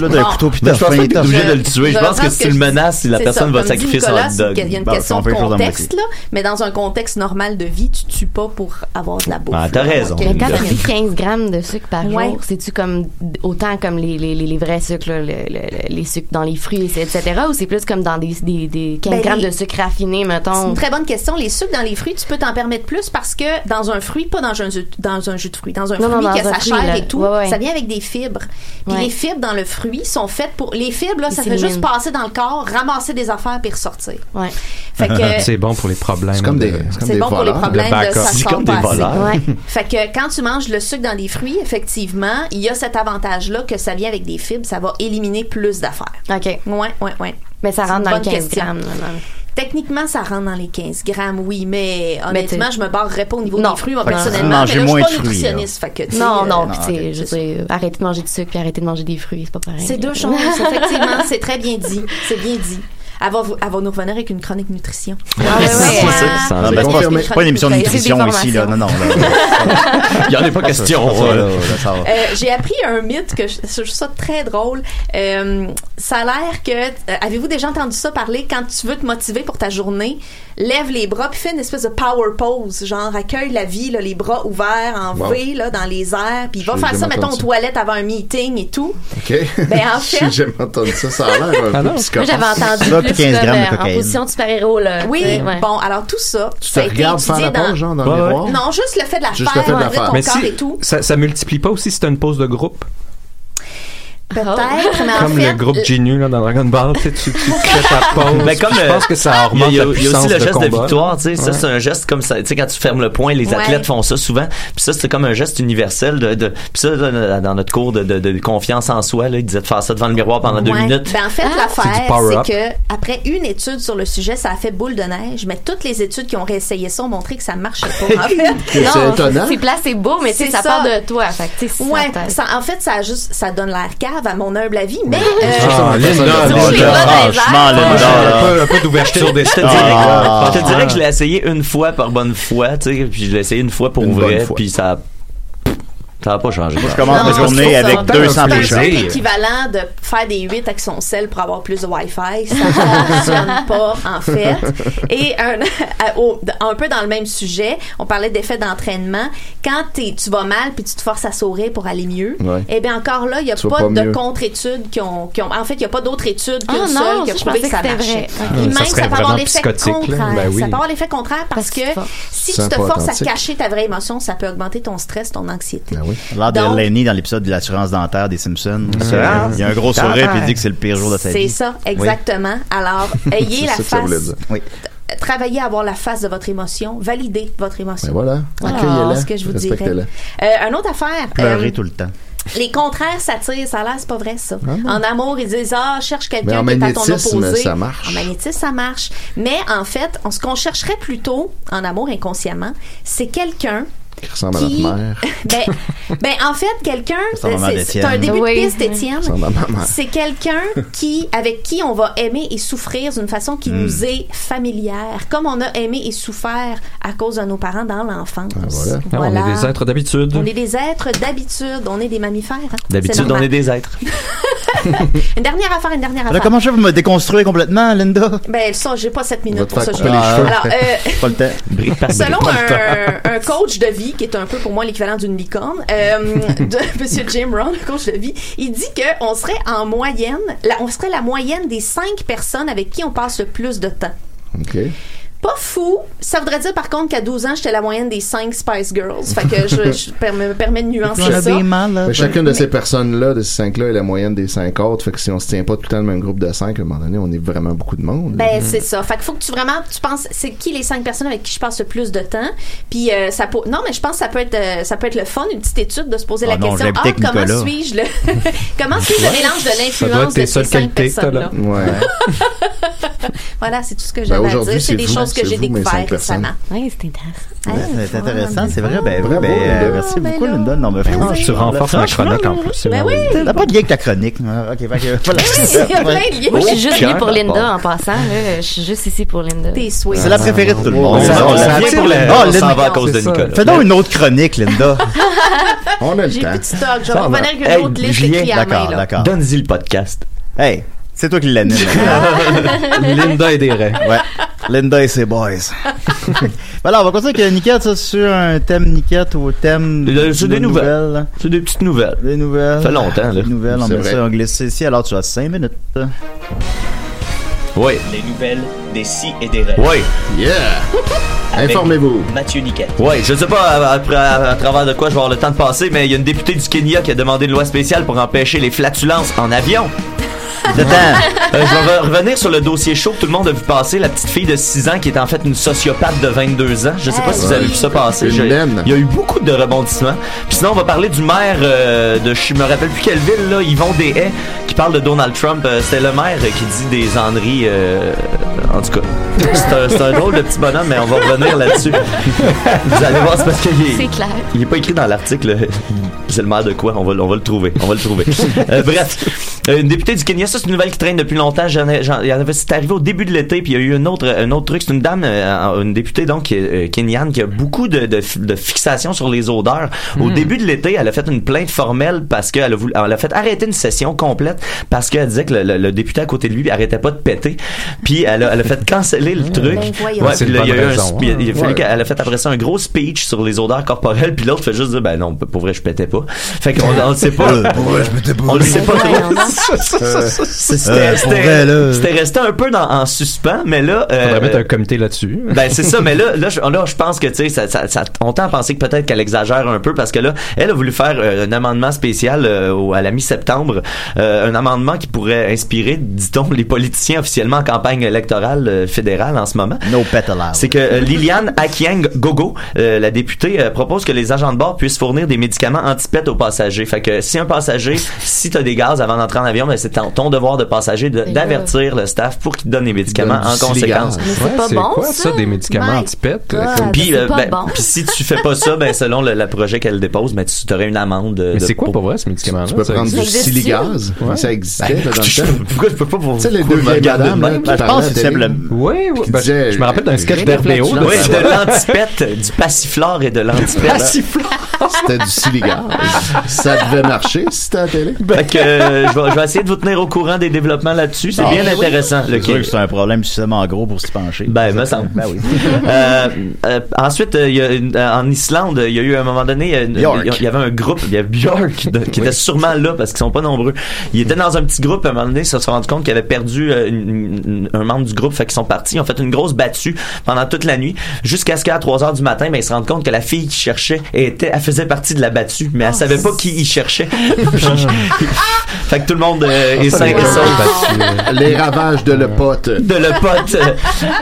S1: t'as
S2: Bon.
S1: un couteau puis
S4: Mais
S1: t'as
S4: je pense pas
S1: faim.
S4: que t'es
S1: t'as-
S4: obligé de le tuer. Je pense que si tu le menaces, la
S2: C'est ça,
S4: personne va
S2: comme dit
S4: sacrifier son
S2: Nicolas,
S4: hot
S2: c'est qu'il y a
S4: dog. bah,
S2: une
S1: Bon,
S2: question
S1: on
S2: de
S1: fait les choses à
S2: contexte, là, mais dans un contexte normal de vie, tu tues pas pour avoir de la bouffe.
S4: Ah, t'as
S2: là.
S4: raison.
S2: Ok,
S6: Mais quand
S2: quand
S6: t'as
S2: même.
S6: dit 15 grammes de sucre par
S2: Ouais.
S6: jour, c'est-tu comme autant comme les, les, les- les vrais sucres, là, le- le- les sucres dans les fruits, etc., ou c'est plus comme dans des, des, des 15
S2: Ben,
S6: grammes
S2: les-
S6: de sucre raffiné,
S2: C'est
S6: mettons?
S2: une très bonne question. Les sucres dans les fruits, tu peux t'en permettre plus parce que dans un fruit, pas dans un jus, dans un jus de fruit, dans un
S6: Non,
S2: fruit
S6: non, dans
S2: que
S6: un
S2: ça
S6: fruit,
S2: chair
S6: là.
S2: et tout,
S6: Ouais, ouais.
S2: ça vient avec des fibres. Puis
S6: Ouais.
S2: les fibres dans le fruit sont faites pour les fibres là,
S6: Ils
S2: ça fait
S6: s'éliminent.
S2: juste passer dans le corps, ramasser des affaires puis ressortir.
S6: Ouais.
S2: Fait que
S5: C'est bon pour les problèmes.
S3: C'est comme des,
S5: de-
S3: c'est comme
S2: c'est
S3: des
S2: bon pour les
S3: voleurs.
S2: problèmes
S5: Le
S2: de
S5: backup.
S2: ça
S4: C'est
S2: sort
S4: comme des
S2: pas assez.
S4: voleurs.
S6: Ouais.
S2: Fait que quand tu manges le sucre dans les fruits, effectivement, il y a cet avantage-là que ça vient avec des fibres, ça va éliminer plus d'affaires.
S6: OK.
S2: Ouais, ouais, ouais.
S6: Mais ça
S2: C'est
S6: rentre
S2: une
S6: dans le
S2: bonne
S6: 15
S2: question.
S6: grammes. là, dans le-
S2: Techniquement, ça rentre dans les 15 grammes, oui, mais
S6: Mais
S2: honnêtement,
S6: t'es-
S2: je me barrerais pas au niveau
S6: Non.
S2: des fruits, moi,
S1: Fait que
S2: personnellement. Mais là,
S1: tu
S2: je
S1: manges
S2: suis
S1: moins
S2: pas
S1: de fruits,
S2: nutritionniste, fait que, tu sais,
S6: Non,
S2: euh,
S6: non,
S1: non,
S6: puis tu sais,
S1: ok,
S6: je veux dire, arrêtez de manger du sucre puis arrêtez de manger des fruits, c'est pas pareil.
S2: C'est deux choses, effectivement. C'est très bien dit. C'est bien dit. Elle va, vous- elle va nous revenir avec une chronique nutrition.
S6: Ah, ouais, ouais,
S4: C'est ça,
S6: hein.
S4: c'est ça.
S1: Ah, ben, c'est
S3: confirmé.
S1: pas- pas une émission de nutrition ici, là. Non, non. là.
S4: Il y en a pas question.
S1: Ça,
S4: euh,
S1: là, là, ça va.
S2: Euh, j'ai appris un mythe que je, je trouve ça très drôle. Euh, ça a l'air que euh, avez-vous déjà entendu ça parler quand tu veux te motiver pour ta journée, lève les bras puis fais une espèce de power pose, genre accueille la vie là, les bras ouverts en
S3: Wow.
S2: V là dans les airs, puis va
S3: J'ai
S2: faire ça
S3: jamais
S2: mettons aux
S3: entendu ça.
S2: toilettes avant un meeting et tout.
S3: OK?
S2: Ben, en fait-
S3: J'ai jamais entendu ça. Ça a l'air
S5: Ah
S3: un peu
S5: non.
S6: Moi,
S3: psychopathe.
S6: j'avais entendu
S1: Ça, puis
S6: plus
S1: 15
S6: comme,
S1: grammes de
S6: euh, en
S1: cocaïne.
S6: position de super-héros, là.
S2: Oui,
S6: tu sais, ouais.
S2: bon alors tout ça,
S3: Tu te
S2: ça a été
S3: regardes faire
S2: étudié
S3: la
S2: dans
S3: pause, genre, dans
S4: Ouais,
S3: le
S4: ouais.
S3: miroir?
S2: non, juste le fait de la
S3: Juste le
S2: faire,
S3: fait de la
S2: enlever
S3: faire.
S2: ton
S5: Mais
S2: corps
S5: si,
S2: et tout.
S5: ça, ça multiplie pas aussi si t'as une pause de groupe.
S6: Oh.
S2: Peut-être, mais en
S5: Comme
S2: fait, euh,
S5: le groupe Genu là, dans Dragon Ball, tu sais, tu, tu fais ta pause.
S4: Ben, comme,
S5: je
S4: euh,
S5: pense que ça
S4: Il y a-
S5: augmente
S4: il y a,
S5: la
S4: il y a
S5: puissance
S4: aussi le
S5: de
S4: geste de,
S5: combat.
S4: victoire, tu sais, ça c'est un geste comme ça, tu sais quand tu fermes le point, les
S2: Ouais.
S4: athlètes font ça souvent, puis ça c'est comme un geste universel de, de puis ça là, dans notre cours de, de, de confiance en soi là, ils disaient de faire ça devant le miroir pendant deux
S2: Ouais.
S4: minutes.
S2: Ben, en fait,
S5: C'est du power-up.
S2: l'affaire, c'est que après une étude sur le sujet, ça a fait boule de neige, mais toutes les études qui ont réessayé ça ont montré que ça marchait pas. En fait,
S3: Que c'est étonnant.
S6: C'est plat, c'est beau, mais tu sais,
S2: C'est
S6: ça,
S2: ça.
S6: part de toi. Fait que, tu sais, si
S2: ouais,
S6: ça
S2: ça, en fait, ça a juste, ça donne l'air cave à mon humble avis, mais euh,
S5: Ah, Linda,
S2: Ils ont
S1: Ah,
S2: des bonnes
S1: là, franchement,
S2: réserves.
S5: Moi, j'ai
S1: là, là.
S5: un peu- un peu d'ouverture
S4: Je te
S5: d'esprit.
S4: dirais,
S1: Ah.
S4: que, je te dirais que je l'ai essayé une fois par bonne foi, tu sais, puis je l'ai essayé une fois pour
S3: Une bonne
S4: vrai,
S3: fois.
S4: puis ça ça a pas changé.
S1: Je commence ma
S2: Non,
S1: journée
S2: c'est ça.
S1: avec
S2: C'est
S1: 200
S5: un
S2: C'est
S1: péchés.
S5: plaisir.
S2: l'équivalent de faire des 8 avec son sel pour avoir plus de Wi-Fi. Ça fonctionne pas, en fait. Et un, à- au- un peu dans le même sujet, on parlait d'effet d'entraînement. Quand t'es- tu vas mal puis tu te forces à sourire pour aller mieux,
S3: Ouais.
S2: eh bien encore là, il n'y a
S3: Tu
S2: pas,
S3: vas pas
S2: de
S3: mieux.
S2: contre-études qui ont, qui ont- En fait, il n'y a pas d'autres études
S6: Ah
S2: qu'une
S6: non,
S2: seule qui
S6: ça,
S2: a
S6: je
S2: prouvé que
S6: pensais
S2: ça
S6: que c'était
S2: marchait.
S6: vrai. Ah,
S2: Et
S5: ça
S2: même,
S5: serait
S2: ça peut avoir
S5: vraiment
S2: l'effet
S5: psychotique, là.
S2: contraire.
S5: Ben oui.
S2: Ça peut avoir l'effet contraire parce que
S6: Parce que-
S2: si
S3: Ça
S2: tu te
S3: pas
S2: forces à
S3: authentique.
S2: cacher ta vraie émotion, ça peut augmenter ton stress, ton anxiété.
S3: Ben oui.
S1: L'air de
S2: Donc-
S1: Lenny dans l'épisode de l'assurance dentaire des Simpsons.
S4: Ah.
S1: Il y a un gros sourire puis il dit que c'est le pire jour de sa
S2: C'est
S1: vie.
S2: ça, exactement. Alors, ayez
S3: C'est
S2: la
S3: ça que ça voulait
S2: face.
S3: dire.
S1: Oui.
S2: Travaillez à avoir la face de votre émotion. Validez votre émotion.
S3: Ben voilà.
S2: Voilà
S3: Accueillez-la.
S2: Ah, ce que je vous dirais.
S3: Respectez-la.
S2: Euh, une autre affaire.
S1: Pleurer
S2: euh,
S1: tout le temps.
S2: les contraires s'attirent. Ça a l'air, c'est pas vrai, ça. en amour, ils disent, ah, cherche
S3: Ah Mais
S2: quelqu'un
S3: en
S2: qui est à ton
S3: magnétisme,
S2: opposé.
S3: ça marche.
S2: En magnétisme, ça marche. Mais, en fait, on, ce qu'on chercherait plutôt, en amour inconsciemment, c'est quelqu'un
S3: Qui ressemble à notre
S2: Qui-
S3: mère.
S2: ben, ben, en fait, quelqu'un,
S1: C'est la maman
S2: c'est c'est
S1: d'Étienne.
S2: un début
S6: Oui.
S2: de piste, Étienne.
S3: C'est la maman.
S2: C'est quelqu'un qui, avec qui on va aimer et souffrir d'une façon qui
S3: Hmm.
S2: nous est familière, comme on a aimé et souffert à cause de nos parents dans l'enfance.
S3: Ah, voilà.
S5: Ah,
S2: Voilà.
S5: On est des êtres d'habitude.
S2: On est des êtres d'habitude, on est des mammifères. hein. C'est
S4: D'habitude, on
S2: normal.
S4: est des êtres.
S2: une dernière affaire, une dernière
S1: Alors,
S2: affaire.
S1: comment je vais me déconstruire complètement, Linda?
S2: Ben, ça, j'ai pas 7
S3: On va
S2: minutes
S3: te
S2: pour
S3: faire
S2: ça.
S3: couper
S2: je-
S3: les cheveux.
S2: Alors, euh,
S1: Pas le temps. Ah,
S4: Brique par
S2: Selon
S4: brique.
S2: un, Ah, un coach de vie, qui est un peu pour moi l'équivalent d'une licorne, euh, de Monsieur Jim Brown, le coach de vie, il dit que on serait en moyenne, la- on serait la moyenne des cinq personnes avec qui on passe le plus de temps.
S3: OK.
S2: Pas fou. Ça voudrait dire par contre qu'à 12 ans, j'étais la moyenne des cinq Spice Girls. Fait que je, je per- me permets de nuancer ça.
S3: Mais chacune de ces personnes-là, de ces cinq-là, est la moyenne des cinq autres. Fait que si on se tient pas tout le temps le même groupe de cinq, à un moment donné, on est vraiment beaucoup de monde.
S1: Mm-hmm.
S2: Ben, c'est ça. Fait qu'il faut que tu vraiment, tu penses, c'est qui les cinq personnes avec qui je passe le plus de temps. Puis, euh, ça peut, non, mais je pense que ça peut être, euh, ça peut être le fun, une petite étude de se poser
S1: Ah
S2: la
S1: non,
S2: question.
S1: j'habitais
S2: Ah,
S1: avec Nicolas.
S2: comment suis-je le, comment suis-je le mélange de
S5: Ça doit être
S2: l'influence
S5: tes
S2: de ces
S5: seules
S2: cinq
S5: qualités que t'as, là.
S2: personnes-là?
S3: ouais.
S2: Voilà, c'est tout ce que
S3: Ben,
S2: j'avais à
S3: aujourd'hui,
S2: dire.
S3: c'est
S2: C'est des
S3: vous,
S2: choses que
S3: c'est
S2: j'ai
S3: vous, mes cinq
S2: découvertes
S3: personnes.
S2: récemment.
S6: Oui, c'est intéressant.
S1: Ouais, c'est intéressant, c'est vrai. Ben,
S3: Bravo,
S1: ben, euh,
S3: Linda.
S1: merci
S2: Ah, ben
S1: beaucoup,
S2: là.
S1: Linda. Non, mais vraiment,
S2: oui.
S5: Tu renforces ma chronique en plus. c'est
S2: Ben oui!
S5: merveilleux.
S1: T'as pas de lien avec ta chronique. Ah, Ok, fait que, voilà.
S2: C'est plein de liens.
S6: Moi, je suis juste
S4: Aucun
S6: venue pour
S4: rapport.
S6: Linda en passant. Là. Je suis juste ici pour Linda.
S2: Tes souhaits.
S1: C'est la préférée de tout le
S4: On
S1: monde.
S4: s'en
S5: Ça-
S4: on
S5: ça
S4: s'en vient
S5: attire
S4: pour
S5: les-
S4: le-
S1: Ah,
S4: on s'en
S1: Linda.
S4: va à cause de
S5: C'est ça.
S4: Nicolas.
S1: Fais donc une autre chronique, Linda.
S3: On a le
S2: J'ai
S3: temps.
S2: plus de stock. Je vais
S4: Ça, on
S2: revenir
S4: va-
S2: avec
S4: Hey,
S2: une autre liste
S4: Julien,
S2: écrite à la main,
S1: D'accord,
S2: là.
S1: d'accord.
S4: Donne-y le podcast.
S1: Hey, c'est toi qui l'anime.
S5: Linda et des raies.
S1: ouais. Linda et ses boys. voilà, on va continuer avec euh, Niquette ça, sur un thème Niquette ou thème
S4: Le- Euh, c'est
S1: de
S4: des nouvelles. C'est des petites nouvelles.
S1: Des nouvelles.
S4: Ça fait longtemps, là.
S1: Des nouvelles, on
S3: C'est
S1: met
S3: vrai.
S1: ça en glissé ici. Alors, tu as 5 minutes.
S4: Oui.
S8: Les nouvelles des si et des rêves.
S4: Oui.
S3: Yeah! Informez-vous.
S8: Mathieu Niquette.
S4: Oui, je sais pas à, après- à- à travers de quoi je vais avoir le temps de passer, mais il y a une députée du Kenya qui a demandé une loi spéciale pour empêcher les flatulences en avion.
S1: Le temps.
S4: Euh, je vais re- revenir sur le dossier chaud que tout le monde a vu passer, la petite fille de 6 ans qui est en fait une sociopathe de 22 ans. Je sais pas si vous avez vu ça passer.
S3: Une
S4: Je-
S3: laine.
S4: Il y a eu beaucoup de rebondissements. Puis sinon, on va parler du maire euh, de, je me rappelle plus quelle ville, là, Yvon Deshaies, qui parle de Donald Trump. Euh, C'était le maire euh, qui dit des âneries. euh, en tout cas, c'est un, c'est un drôle de petit bonhomme, mais on va revenir là-dessus. vous allez voir, c'est parce qu'il est...
S6: C'est clair.
S4: Il n'est pas écrit dans l'article. C'est le mal de quoi? On va, on va le trouver. On va le trouver. Euh, bref, Euh, une députée du Kenya, ça c'est une nouvelle qui traîne depuis longtemps. J'en ai- j'en- il y en avait- C'est arrivé au début de l'été, puis il y a eu un autre, un autre truc. C'est une dame, euh, une députée donc euh, kenyane qui a beaucoup de, de, de fixation sur les odeurs.
S5: Hmm.
S4: Au début de l'été, elle a fait une plainte formelle parce qu'elle a, voulu- elle a fait arrêter une session complète parce qu'elle disait que le, le- le député à côté de lui arrêtait pas de péter. Puis elle a, elle a fait canceller le truc.
S2: voyons.
S5: Hmm.
S4: Ouais,
S5: Ben, C'est
S4: puis
S5: une
S4: là, il y a eu
S5: bonne
S4: un
S5: raison, hein.
S4: spi- il a il a fallu
S3: Ouais.
S4: qu'elle a fait après ça un gros speech sur les odeurs corporelles, puis l'autre fait juste dire, ben non, pour vrai, je pétais pas. Fait qu'on on le sait pas. On le sait pas trop. C'était-
S1: Euh, pour vrai, là.
S4: C'était c'était resté un peu dans- en suspens, mais là. euh,
S5: Faudrait mettre un comité là-dessus.
S4: ben c'est ça, mais là, là, je, là, je pense que tu sais, ça, ça, ça- on tend à penser que peut-être qu'elle exagère un peu parce que là, elle a voulu faire euh, un amendement spécial euh, au- à la mi-septembre, euh, un amendement qui pourrait inspirer, dit-on, les politiciens officiellement en campagne électorale euh, fédérale en ce moment.
S1: No pet allowed.
S4: C'est que euh, Liliane Akiang Gogo, euh, la députée, euh, propose que les agents de bord puissent fournir des médicaments anti-pète aux passagers. Fait que si un passager, si t'as des gaz avant d'entrer en avion, ben c'est ton, ton devoir de passager de-
S6: Mais là-
S4: d'avertir le staff pour qu'il te donne les médicaments
S3: Donne du
S4: en conséquence.
S3: Siligal.
S6: Mais c'est
S5: Ouais,
S6: pas
S5: c'est
S6: bon,
S5: quoi, ça,
S6: ça?
S5: des médicaments
S6: My
S5: anti-pète?
S6: God,
S5: Comme-
S4: Puis,
S6: c'est
S4: euh,
S6: pas
S4: ben,
S6: bon.
S4: puis si tu fais pas ça, ben selon le, le projet qu'elle dépose, ben tu aurais une amende. euh,
S5: Mais
S4: de-
S5: c'est quoi pour vrai ce médicament-là?
S3: Tu peux
S5: ça? Ben,
S3: prendre du
S6: existe-tu?
S3: siligaz. Ça existait là, Ben, dans
S4: Je-
S3: le temps.
S4: Pourquoi je peux pas pour
S3: Tu sais, les
S4: pourquoi
S3: deux
S4: je me
S3: vieilles
S4: regarde de
S3: madames,
S4: même?
S3: là, qui
S1: Ben, je
S3: parlaient à
S1: pense que
S3: la
S1: c'est
S3: télé.
S1: simplement.
S5: Oui, oui.
S3: Qui
S5: ben,
S3: disait, euh,
S5: je, je me rappelle d'un sketch
S3: j'ai des
S5: d'RBO.
S3: flatulences.
S4: Oui, de l'antipète, du passiflore et de l'antipète.
S3: C'était du siligaz. Ça devait marcher si c'était à la télé.
S4: Fait que euh, je, vais, je vais essayer de vous tenir au courant des développements là-dessus. C'est
S1: Ah,
S4: bien
S6: Ben
S1: oui.
S4: intéressant. le
S1: C'est sûr que
S4: Québec.
S1: c'est un problème suffisamment gros pour se pencher.
S4: Ben, me semble.
S1: Ben oui.
S4: Euh, euh, ensuite, euh, il y a une- euh, en Islande, il y a eu à un moment donné, euh, une-
S1: Björk.
S4: il y avait un groupe, il y a Björk de- qui était sûrement là parce qu'ils sont pas nombreux. Ils étaient dans un petit groupe, à un moment donné, ils se sont rendus compte qu'ils avaient perdu euh, une- une- un membre du groupe, fait qu'ils sont partis, ils ont fait une grosse battue pendant toute la nuit, jusqu'à ce qu'à 3 heures du matin, ben, ils se rendent compte que la fille qu'ils cherchaient était, elle faisait partie de la battue, mais elle savait pas qui ils cherchaient. Puis- fait que tout le monde euh, est sain et sauf.
S3: euh, Les ravages de le pote.
S4: de le pote.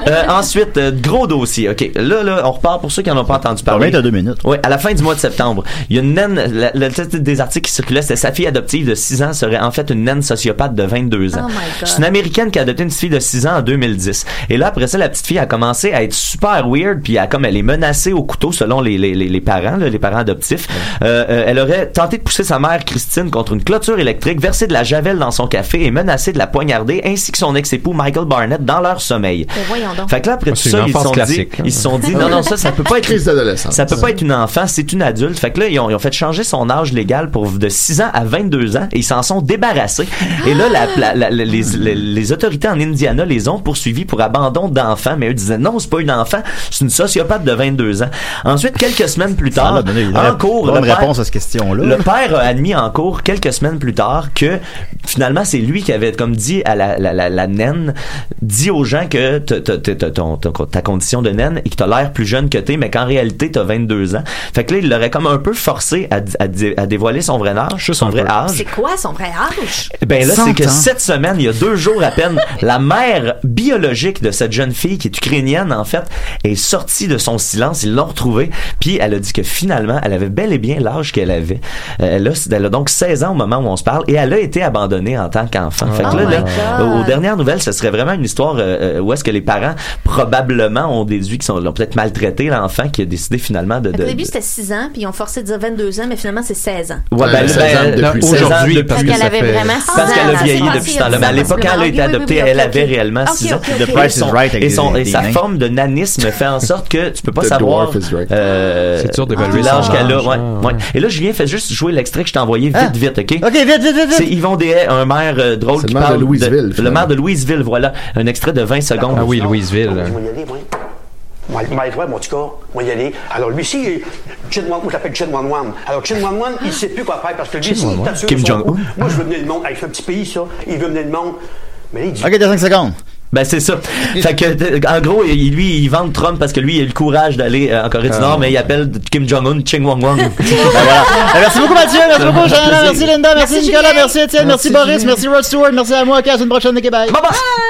S4: Euh, ensuite, euh, gros dossier. OK. Là, là, on repart pour ceux qui n'en ont pas entendu
S1: Parlez
S4: parler.
S1: de deux minutes.
S4: Oui, à la fin du mois de septembre, il y a une naine, la- le titre des articles qui circulaient, c'était sa fille adoptive de 6 ans serait en fait une naine sociopathe de 22 ans.
S2: Oh my God.
S4: C'est une américaine qui a adopté une petite fille de 6 ans en 2010. Et là, après ça, la petite fille a commencé à être super weird, puis à, comme elle est menacée au couteau selon les, les, les, les parents, là, les parents motifs. Euh, euh, elle aurait tenté de pousser sa mère Christine contre une clôture électrique, versé de la javel dans son café et menacé de la poignarder, ainsi que son ex-époux Michael Barnett dans leur sommeil.
S2: Mais Ben, voyons donc.
S4: Fait que là, après
S5: Ah,
S4: tout
S5: c'est
S4: ça,
S5: une
S4: ils se sont
S5: enfance
S4: dit,
S5: classique, hein.
S4: ils se sont dit, non, non, ça, ça peut pas être
S3: Crise d'adolescence.
S4: ça peut pas être une enfant, c'est une adulte. Fait que là, ils ont, ils ont fait changer son âge légal pour de 6 ans à 22 ans et ils s'en sont débarrassés. Et là, la- la- la- les, les- les autorités en Indiana les ont poursuivis pour abandon d'enfants, mais eux disaient non, c'est pas une enfant, c'est une sociopathe de 22 ans. Ensuite, quelques semaines plus
S1: Ça
S4: tard,
S1: a donné une
S4: en
S1: rép-
S4: cours,
S1: Ah, bonne
S4: le père-
S1: réponse à cette question-là.
S4: le père a admis en cours quelques semaines plus tard que finalement c'est lui qui avait comme dit à la, la, la, la naine, dit aux gens que t'as- t'as- t'as- t'as ton- ton- ta condition de naine et que t'as l'air plus jeune que t'es, mais qu'en réalité t'as 22 ans. Fait que là il l'aurait comme un peu forcé à, à dé- à dévoiler son vrai âge,
S5: Juste
S4: son
S5: un
S4: vrai
S5: peu.
S4: âge.
S2: Ah, C'est quoi son vrai âge?
S4: Ben là,
S1: 100
S4: c'est que
S1: ans.
S4: cette semaine, il y a deux jours à peine, la mère biologique de cette jeune fille qui est ukrainienne, en fait, est sortie de son silence. Ils l'ont retrouvée. Puis elle a dit que finalement, elle avait bel et bien l'âge qu'elle avait. Euh, Elle a, elle a donc 16 ans au moment où on se parle et elle a été abandonnée en tant qu'enfant. Fait que là,
S2: Oh
S4: là,
S2: my God.
S4: aux dernières nouvelles, ce serait vraiment une histoire euh, euh, où est-ce que les parents probablement ont déduit qu'ils sont- l'ont peut-être maltraité l'enfant qui a décidé finalement de... de-
S2: Au début,
S4: de-
S2: c'était 6 ans, puis ils ont forcé de dire 22 ans, mais finalement, c'est 16 ans.
S4: Ouais, ben,
S3: Ouais,
S4: là,
S3: 16 ans
S4: ben,
S3: depuis-
S4: là,
S3: 16 ans
S4: aujourd'hui,
S5: depuis-
S6: Parce
S5: que
S6: qu'elle
S5: ça
S6: avait
S5: fait-
S6: vraiment
S2: Ah,
S4: Parce qu'elle a
S2: là,
S4: vieilli
S2: c'est
S4: depuis ce
S2: passé,
S4: temps-là. Mais à l'époque, elle a été
S2: Oui, oui, oui,
S4: adoptée,
S2: oui,
S4: elle
S2: ok,
S4: avait
S2: ok.
S4: réellement
S2: Ah, ok,
S4: 6 ans.
S2: ok, ok.
S1: The Price
S4: Et
S1: is
S4: son-
S1: Right avec
S4: et, son-
S1: des-
S4: et
S1: des
S4: sa
S1: nains.
S4: forme de nanisme fait en sorte que tu peux pas
S3: The
S4: savoir
S3: dwarf is right.
S4: euh,
S5: C'est dur d'évaluer
S4: l'âge
S5: son
S4: qu'elle a.
S5: âge,
S4: ouais,
S5: hein,
S4: ouais.
S5: ouais.
S4: Et là, Julien fait juste jouer l'extrait que je t'ai envoyé vite,
S1: Ah.
S4: vite, OK?
S1: OK, vite, vite, vite,
S4: C'est
S1: vite.
S4: Yvon Dehaye, un maire euh, drôle
S3: C'est le
S4: qui
S3: maire de
S4: parle
S3: Louisville,
S4: le
S3: finalement.
S4: maire de Louisville, voilà. Un extrait de 20 secondes.
S5: Ah oui, Louisville.
S9: Moi, y aller, moi. Moi, moi, ouais, mon petit gars, moi, y aller. Alors, lui, ici, il est Chin Wan- moi, je l'appelle Chin Wan Wan. Alors, Chin Wan Wan, il sait plus quoi faire parce que lui, ici, il est assuré
S4: Kim
S9: son
S4: Jong-un.
S9: coup. Moi, je veux mener le monde. Hey, c'est un petit pays, ça. Il veut mener le monde. Mais là, il dit.
S1: OK, t'as 5 secondes.
S4: Ben c'est ça. Fait que euh, en gros, il- lui, il vante Trump parce que lui, il a le courage d'aller euh, en Corée du Nord, mais il appelle Kim Jong-un Ching Wong Wong.
S1: Ben voilà. Ben, merci beaucoup, Mathieu. Merci beaucoup, Jean.
S4: plaisir.
S1: Merci, Linda. Merci,
S2: Merci,
S1: Nicolas.
S2: Julien.
S1: Merci, Étienne. Merci, Boris. Merci, Rod Stewart. Merci à moi. OK, à une prochaine. OK, bye.
S4: Bye-bye.